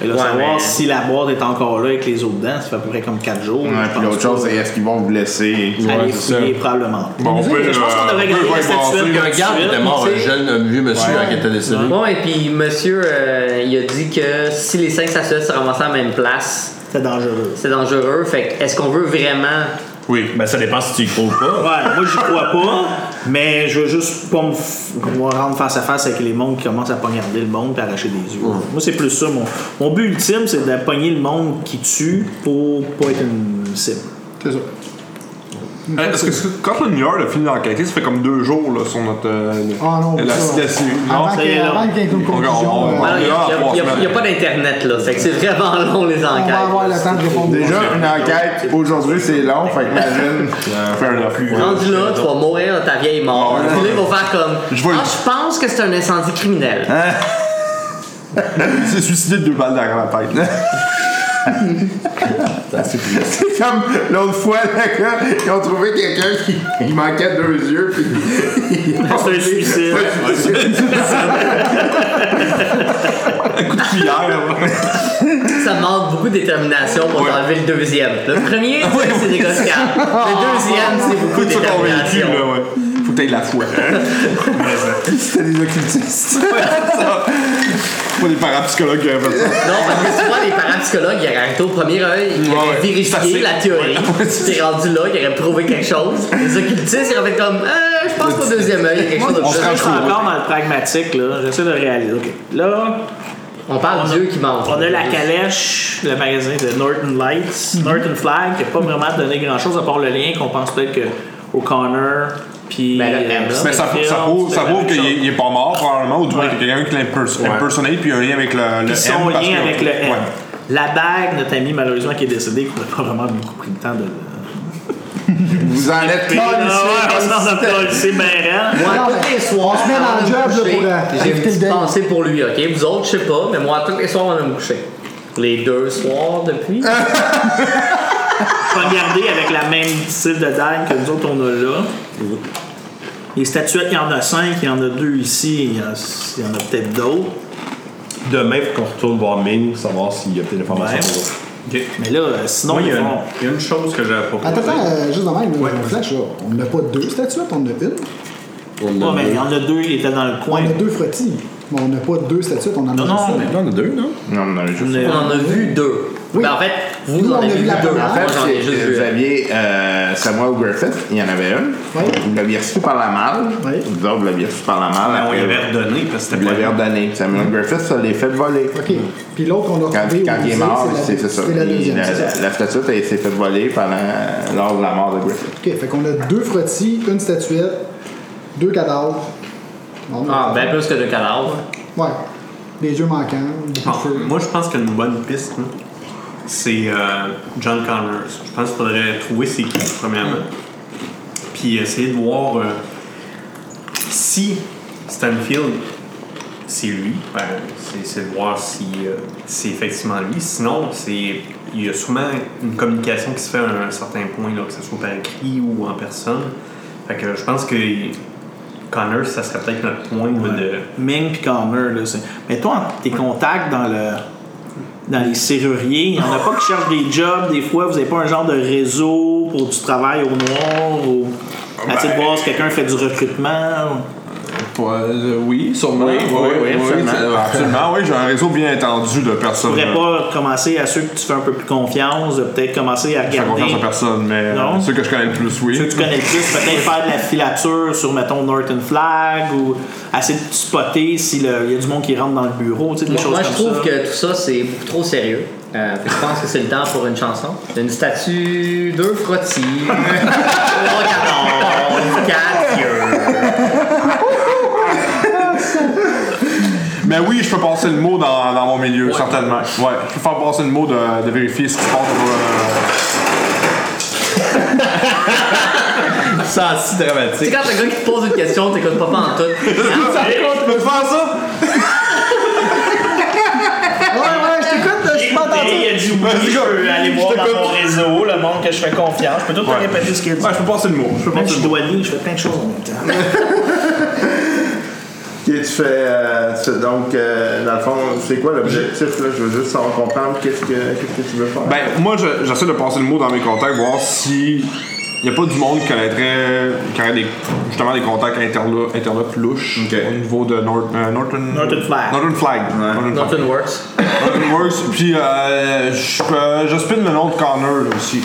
S8: Et là,
S9: Ouais,
S8: savoir
S9: mais-
S8: si la boîte est encore là avec les autres dedans, ça fait à peu près comme 4 jours.
S3: Ouais,
S8: je
S3: puis
S8: pense
S3: l'autre chose,
S8: pas.
S3: c'est est-ce qu'ils vont vous laisser.
S8: Aller
S1: Ouais, c'est ça.
S8: fouiller probablement.
S5: Bon, on peut,
S8: Je pense qu'on
S5: euh,
S8: devrait
S5: on peut
S8: garder la
S5: voir
S8: statuette.
S5: passer.
S8: comme
S1: Le garde
S8: tu
S1: était
S8: veux,
S1: mort,
S8: tu
S1: un
S8: sais.
S1: jeune un vieux monsieur hein, qui était décédé.
S9: Bon, et puis monsieur, euh, il a dit que si les cinq statuettes se ramassaient à la même place,
S8: C'est dangereux.
S9: c'est dangereux. Fait que est-ce qu'on veut vraiment.
S12: Oui, ben ça dépend si tu y crois ou pas.
S8: Ouais, moi j'y crois pas, mais je veux juste pas me f- me rendre face à face avec les mondes qui commencent à poignarder le monde et arracher des yeux. Moi c'est plus ça. Mon, mon but ultime c'est de pogner le monde qui tue pour pas être une cible.
S7: C'est ça.
S5: Euh, Parce que c'est- quand le New York a fini d'enquêter, ça fait comme deux jours là, sur notre. euh,
S7: Ah non,
S5: la-
S7: ça,
S5: la- la-
S7: Avant
S8: ça
S7: qu'il
S8: y
S7: y ait
S8: est, là.
S7: une conclusion,
S5: on-
S7: euh,
S5: on-
S9: Il n'y
S5: là,
S9: a,
S5: trois
S9: Ah y a-
S5: semaines.
S9: y a pas d'internet là. Fait que c'est vraiment long les
S7: on
S9: enquêtes.
S7: va avoir le temps de répondre.
S3: Déjà, une enquête, aujourd'hui, c'est long, fait que imagine.
S5: Fair enough.
S9: Rendu là, tu vas mourir dans ta vieille mort.
S3: Ouais, ouais,
S9: Puis là,
S3: ouais.
S9: ils vont faire comme.
S5: Je Hein? vais-
S9: Ah, je pense que c'est un incendie criminel.
S5: Il s'est suicidé de deux balles derrière la tête.
S3: C'est comme l'autre fois, le gars, ils ont trouvé quelqu'un qui il manquait deux yeux, puis.
S8: C'est un suicide.
S5: Hier,
S9: Ça demande beaucoup de détermination pour
S5: Ouais.
S9: enlever le deuxième. Le premier, c'est négociable. Le deuxième, c'est beaucoup de
S5: tout ça convaincu,
S9: détermination.
S5: là, ouais. Faut que t'aies de la foi.
S3: C'était des occultistes.
S5: Pas des parapsychologues hein, qui avaient fait ça.
S9: Non, parce que souvent, les parapsychologues, ils auraient arrêté au premier œil, ils auraient
S5: ouais.
S9: vérifié
S5: Facile.
S9: la théorie. T'es rendu là, ils auraient prouvé quelque chose. Les occultistes, ils auraient fait comme, euh, je pense qu'au deuxième œil, il y a quelque chose de
S8: Je
S9: plus.
S8: suis encore dans le pragmatique là. J'essaie de réaliser. Ok. Là,
S9: On parle de Dieu qui ment.
S8: on a la calèche, le magasin de Norton Lights,
S9: Mhm.
S8: Norton Flag, qui n'a pas vraiment donné grand chose à part le lien qu'on pense peut-être que O'Connor puis euh,
S9: Ben, le M, là.
S5: Mais ça, ça prouve, ça prouve qu'il est- il est pas mort, probablement, ou du moins
S8: Ouais.
S5: qu'il y a quelqu'un qui l'a imperson- impersonné, puis il y a un lien avec le, le
S8: Puis son
S5: M. parce
S8: lien
S5: que-
S8: avec le M.
S5: Ouais.
S8: La bague, notre ami malheureusement qui est décédé, qu'on n'a pas vraiment beaucoup pris le temps de.
S3: Vous en êtes
S8: Ah
S3: pas
S8: ouais, on s'en a pas laissé bien raide.
S9: Moi,
S7: Non,
S9: tous les
S7: mais
S9: soirs,
S7: on se met dans
S9: avant
S7: le
S9: de
S7: job,
S9: me
S7: là,
S9: coucher,
S7: pour, euh,
S9: J'ai une
S7: éviter le
S9: petite
S7: deuil.
S9: pensée pour lui, ok? Vous autres, je sais pas, mais moi, tous les soirs, on va me coucher. Les deux soirs depuis.
S7: Ah!
S8: Regardez avec la même style de dague que nous autres on a là. Les statuettes, il y en a cinq, il y en a deux ici, il y en a, il y en a peut-être d'autres.
S12: Demain, faut qu'on retourne voir Ming, savoir s'il y a peut-être des
S8: Ouais.
S12: informations pour nous.
S6: Ok.
S8: Mais là, euh, sinon,
S12: Moi, il y, a
S8: ils
S12: une-
S8: vont-
S12: il y a une chose que j'ai à proposer.
S7: Attends, attends, euh, juste dans même, on flash, là. On n'a pas deux statuettes, on en a une.
S8: Ouais, mais il y en a deux, il était dans le coin.
S7: On a deux frottis. Mais on n'a pas deux statuettes, on en a
S8: Non,
S7: juste
S8: non,
S7: une.
S8: mais-
S1: Non, on a deux, non?
S3: Non, non, juste.
S8: euh,
S9: On en a vu deux.
S7: Oui.
S9: Ben, en fait, vous
S7: Nous, on
S9: en
S7: a
S9: avez
S7: vu
S9: vu
S7: la
S9: deux.
S7: première.
S3: En
S9: Ah, Moi,
S3: fait,
S9: j'en ai juste
S3: c'est-
S9: vu.
S3: vous
S9: un.
S3: aviez euh, Samuel Griffith, il y en avait un.
S7: Oui.
S3: Vous l'aviez reçu par la malle.
S7: Oui.
S3: Vous autres, vous l'aviez reçu par la
S9: Ah,
S3: malle.
S12: On
S3: après,
S12: y avait redonné parce que
S3: Vous
S12: c'était pas
S3: l'avez redonné. Samuel Griffith, ça les fait voler.
S7: OK. Puis l'autre qu'on a
S3: Quand,
S7: retrouvé
S3: quand
S7: au
S3: il est
S7: musée,
S3: mort,
S7: la-
S3: c'est c'est ça.
S7: C'est la
S3: Il-
S7: deuxième.
S3: la,
S7: c'est ça.
S3: la statue, elle s'est fait voler pendant, euh, lors de la mort de Griffith.
S7: OK, fait qu'on a deux frottis, une statuette, deux cadavres. Bon,
S9: Ah, ben plus que deux cadavres.
S1: ben.
S7: Ouais. Des yeux manquants,
S6: Bon,
S1: Ah.
S7: beaucoup de cheveux.
S6: moi, je pense qu'une bonne piste, hein, c'est euh, John Connors. Je pense qu'il faudrait trouver c'est qui, premièrement. Puis essayer de voir euh, si Stanfield, c'est lui. Ben, c'est, c'est de voir si euh, c'est effectivement lui. Sinon, c'est il y a souvent une communication qui se fait à un certain point, là, que ce soit par écrit ou en personne. Fait que je pense que Connors, ça serait peut-être notre point là, de...
S8: Ming puis Connor, là. c'est- Mais toi, tes contacts dans le dans les serruriers, il n'y en a pas qui cherchent des jobs. Des fois, vous n'avez pas un genre de réseau pour du travail au noir ou à titre
S5: Ben,
S8: de voir si quelqu'un fait du recrutement.
S1: euh, oui, sûrement.
S3: Oui, oui, oui, absolument.
S5: Absolument, oui, j'ai un réseau bien étendu de
S8: Tu
S5: personnes. euh,
S8: pourrais pas commencer à ceux que tu fais un peu plus confiance, de peut-être commencer à
S5: Je fais
S8: regarder.
S5: confiance à personne, mais euh,
S8: Non.
S5: ceux que je connais le plus, oui.
S8: Ceux que tu connais le plus, peut-être faire de la filature sur, mettons, Norton Flag ou essayer de spotter s'il y a du monde qui rentre dans le bureau, tu sais, des
S9: Moi,
S8: choses
S9: moi,
S8: comme
S9: je trouve
S8: ça.
S9: que tout ça, c'est beaucoup trop sérieux. Euh, fait que je pense que c'est le temps pour une chanson. Une statue, deux frottis, trois cadavres, quatre yeux.
S5: Mais oui, je peux passer le mot dans, dans mon milieu, certainement. Ouais, je peux faire passer le mot de, de vérifier ce qui se passe. euh,
S1: ça si
S9: Tu sais,
S1: dramatique.
S9: quand t'as un gars qui te pose une question, t'écoutes pas en tout.
S7: Ouais, ouais, je t'écoute, je suis pas entendu.
S8: Il a dit oui, je peux aller voir dans mon réseau, le monde que je fais confiance. Je peux tout te répéter ce qu'il dit.
S5: Ouais, je peux passer le mot. Je peux
S8: Même
S5: passer
S8: si je
S5: le
S8: suis
S5: mot.
S8: douanier, je fais plein de choses en même temps.
S3: Et tu fais. euh, tu- donc, euh, dans le fond, c'est quoi l'objectif? là? Je veux juste savoir comprendre qu'est-ce que, qu'est-ce que tu veux faire.
S5: Ben, moi, je- j'essaie de passer le mot dans mes contacts, voir si. Il n'y a pas du monde qui connaîtrait, qui aurait des, justement des contacts interlo- interlopes louches
S3: Ok.
S5: au niveau de Nor- euh, Norton,
S8: Norton Flag.
S5: Norton Flag. Norton Flag.
S9: Norton Works.
S5: Open Works, puis euh, je euh, je spin le nom de Connor là, aussi.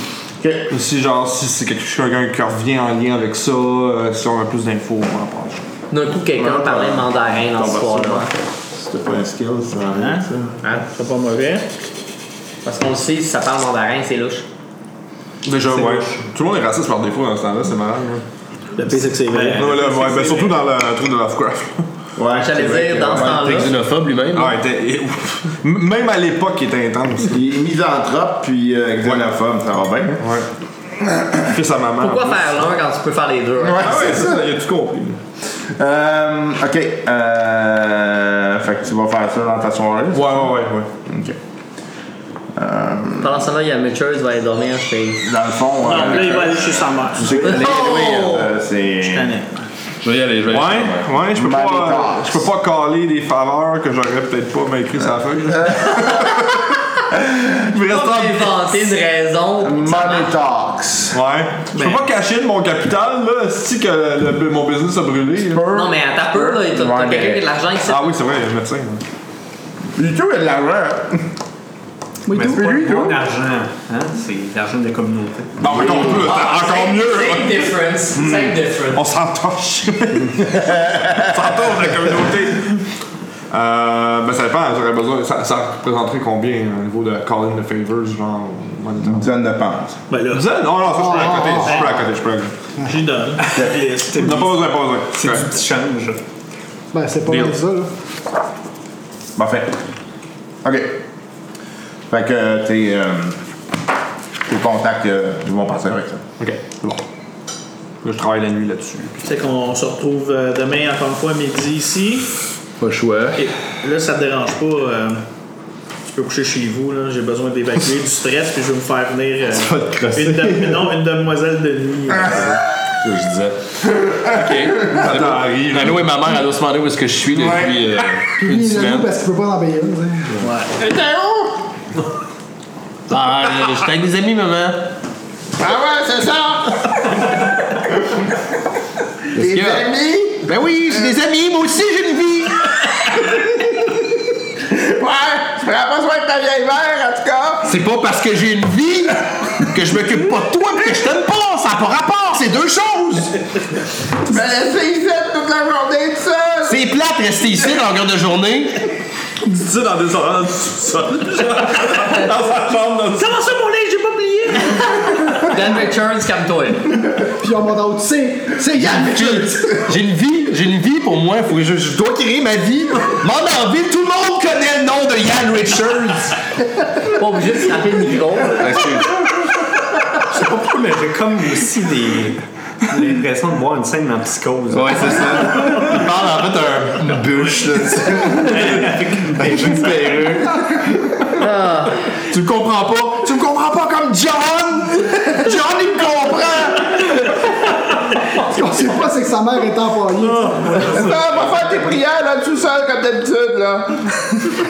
S5: Si genre si c'est quelque- quelqu'un qui revient en lien avec ça, euh, si on a plus d'infos, on en parle.
S9: D'un coup, quelqu'un parlait mandarin dans
S3: bah,
S9: ce soir-là.
S3: C'était pas un skill, ça.
S8: Hein?
S9: Hein?
S8: C'est pas mauvais.
S9: Parce qu'on le sait, si ça parle mandarin, c'est louche.
S5: Déjà, ouais. Tout le monde est raciste par défaut dans ce temps-là, c'est malade. ouais.
S8: Le pire, c'est que c'est vrai.
S5: Non, mais là, ouais, ben, surtout dans le truc de Lovecraft.
S3: Ouais,
S9: J'allais dire, dans ce temps-là.
S1: xénophobe lui-même.
S5: Ah, il était- il- même à l'époque, il était intense.
S3: Il est misanthrope puis euh, xénophobe, ça va bien. hein?
S5: Ouais. Fils à maman.
S9: Pourquoi faire l'un quand tu peux faire les deux? hein?
S5: Ah ouais, c'est ça, il a tout compris.
S3: Euh, ok. Euh, fait que tu vas faire ça dans ta soirée.
S5: Ouais, ouais, ouais, ouais.
S3: Ok.
S9: Pendant ce temps-là, il y a Mitchell qui va aller dormir chez.
S3: Dans le fond. euh,
S8: Non, là, il va aller chez sa mère.
S3: tu sais que les-
S9: Oh!
S3: oui, euh, c'est.
S1: Je vais y aller, je vais y aller.
S5: Ouais, ouais, je peux
S3: Mal
S5: pas,
S3: état.
S5: je peux pas caler des faveurs que j'aurais peut-être pas m'écrit sur la feuille. là.
S3: Euh.
S5: Il me reste
S9: Pas inventer une raison.
S3: Money Talks.
S5: Ouais. Je peux pas cacher de mon capital, là, si que le- le- mon business a brûlé. là.
S9: Non, mais à ta peur, là, t'as t'as
S3: Ouais, mais-
S9: quelqu'un qui a de l'argent ici.
S5: Ah oui, c'est vrai, il y a le médecin. là.
S3: Du tout, il y a de l'argent. hein?
S7: Oui,
S3: Mais
S7: tout.
S3: c'est lui,
S6: Mon
S3: tout.
S6: argent, hein, c'est l'argent de la communauté.
S5: Bon, mais non, plus,
S9: Ah,
S5: t'as- encore
S9: same-
S5: mieux.
S3: hein.
S9: Same
S5: là.
S9: difference.
S3: Hmm.
S9: Same difference.
S5: On s'entorche. On s'entorche la communauté. Euh, ben ça dépend, j'aurais besoin. Ça, ça représenterait combien euh, au niveau de calling the favors, genre monétaire?
S3: Donne de pense.
S8: Ben là,
S5: Dix ans? Non, non, ça je peux
S9: Oh,
S5: la coter, je peux la coter, je peux la coter.
S8: j'y donne. C'était
S5: Non, pas besoin, pas besoin.
S6: Du petit change.
S7: Ben, c'est pas mal ça, là.
S3: Parfait. OK. Fait que euh, tes, euh, tes contacts euh, ils vont passer avec ça.
S5: Ok, c'est bon. Là, je travaille la nuit là-dessus.
S8: C'est qu'on se retrouve euh, demain, encore une fois, à midi ici.
S1: Pas le choix.
S8: Et là, ça te dérange pas. euh, tu peux coucher chez vous. là. J'ai besoin d'évacuer du stress, puis je vais me faire venir euh,
S1: Pas de crosser.
S8: une, dam- non, une demoiselle de nuit. euh,
S1: que je disais. OK.
S5: arrive.
S1: Nano et ma mère, elle doit se demander où est-ce que je suis depuis euh,
S7: Il
S1: une
S7: est là
S1: semaine.
S7: parce qu'il peut pas en payer une, tu sais.
S1: Ah, ouais, j'étais avec des amis, maman.
S3: Ah ouais, c'est ça! Les
S1: que-
S3: amis!
S1: Ben oui, j'ai des amis, moi aussi j'ai une vie.
S3: Ouais! Tu prends pas soin de ta vieille mère, en tout cas!
S1: C'est pas parce que j'ai une vie que je m'occupe pas de toi pis que je t'aime pas. Ça n'a pas rapport, c'est deux choses.
S3: Tu me laisser Ben, ici toute la journée tout seul!
S1: C'est plate rester ici dans l'heure de journée.
S5: Dis ça dans des oreilles du sol. Dans sa chambre, dans
S8: Comment ça, mon linge, j'ai pas oublié?
S9: Dan Richards, calme-toi.
S7: Puis on monte en haut, tu sais, c'est Yann
S1: J'ai- J'ai une vie, j'ai une vie pour moi. Faut que je, je dois créer ma vie. M'en en ville, tout le monde connaît le nom de Yann Richards.
S9: Pas obligé de taper le micro.
S6: Je sais pas pourquoi, mais j'ai comme aussi des. L'impression de voir une scène en psychose.
S1: Ouais, c'est ça. Il parle en fait un bûche, là, tu sais. Avec une perruque. Tu me comprends pas? Tu me comprends pas comme John? John, il me comprend!
S7: Ce qu'on sait pas, c'est que sa mère est employée.
S3: Non, va faire tes prières là tout seul comme d'habitude là!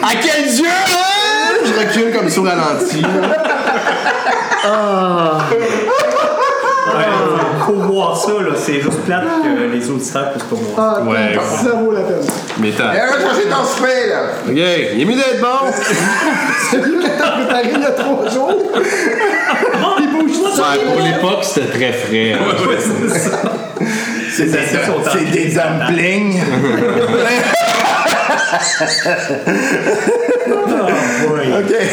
S1: À quel yeux, hein? Je recule comme sur ralenti.
S6: Faut voir ça, là. C'est juste plate que les auditeurs puissent pas voir.
S7: Ah,
S1: Ouais.
S7: zéro la peine.
S1: Mais t'as.
S3: Elle va chercher ton souper là!
S1: Ok, il est mieux d'être bon.
S7: C'est lui qui t'a préparé il y a trois jours. Il bouge tout seul.
S1: pour l'époque, c'était très frais. hein.
S3: C'est des, c'est des dumplings!
S7: Ah,
S3: ok!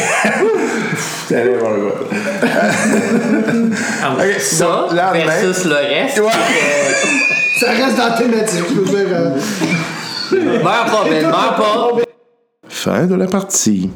S3: C'est allé voir le gars. Ok,
S9: Ça,
S3: bon, lendemain.
S9: versus le reste.
S7: Ça reste dans la thématique, je veux dire. euh,
S9: Meurs pas, Ben, meurs pas.
S3: Fin de la partie.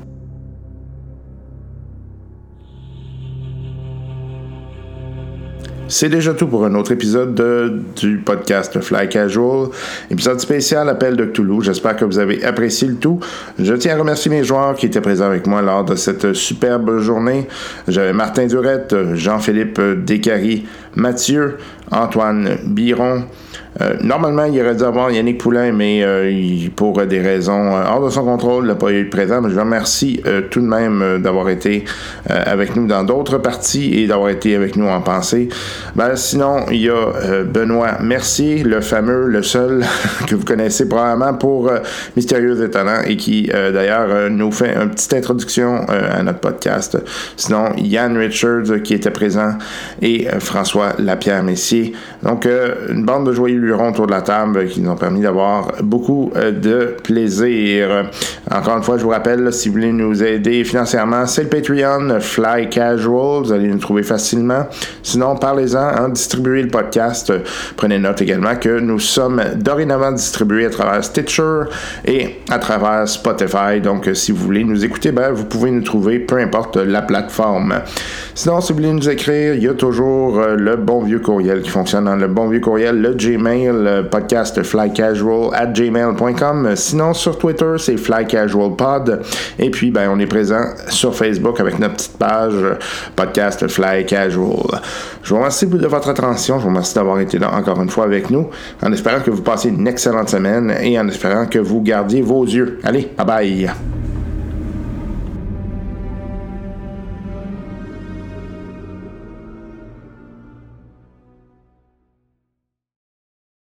S2: C'est déjà tout pour un autre épisode de- du podcast Fly Casual. Épisode spécial Appel de Cthulhu. J'espère que vous avez apprécié le tout. Je tiens à remercier mes joueurs qui étaient présents avec moi lors de cette superbe journée. J'avais Martin Durette, Jean-Philippe Descaries, Mathieu, Antoine Biron. Euh, normalement, il aurait dû avoir Yannick Poulain, mais euh, il- pour euh, des raisons euh, hors de son contrôle, il n'a pas eu présent. Mais je le remercie euh, tout de même euh, d'avoir été euh, avec nous dans d'autres parties et d'avoir été avec nous en pensée. Ben, sinon, il y a euh, Benoît Mercier, le fameux, le seul que vous connaissez probablement pour euh, Mystérieux Étonnant et qui, euh, d'ailleurs, euh, nous fait une petite introduction euh, à notre podcast. Sinon, Yann Richards euh, qui était présent et euh, François Lapierre Messier. Donc, euh, une bande de joyeux lurons autour de la table euh, qui nous ont permis d'avoir beaucoup euh, de plaisir. Euh, Encore une fois, je vous rappelle, là, si vous voulez nous aider financièrement, c'est le Patreon euh, Fly Casual. Vous allez nous trouver facilement. Sinon, parlez-en, hein, distribuez le podcast. Euh, Prenez note également que nous sommes dorénavant distribués à travers Stitcher et à travers Spotify. Donc, euh, si vous voulez nous écouter, ben, vous pouvez nous trouver, peu importe la plateforme. Sinon, si vous voulez nous écrire, il y a toujours euh, le bon vieux courriel qui fonctionne. dans Le bon vieux courriel, le Gmail, le podcast flycasual at gmail.com. Sinon, sur Twitter, c'est flycasualpod. Et puis, ben, on est présent sur Facebook avec notre petite page euh, podcast Fly Casual. Je vous remercie de votre attention. Je vous remercie d'avoir été là encore une fois avec nous en espérant que vous passez une excellente semaine et en espérant que vous gardiez vos yeux. Allez, bye bye.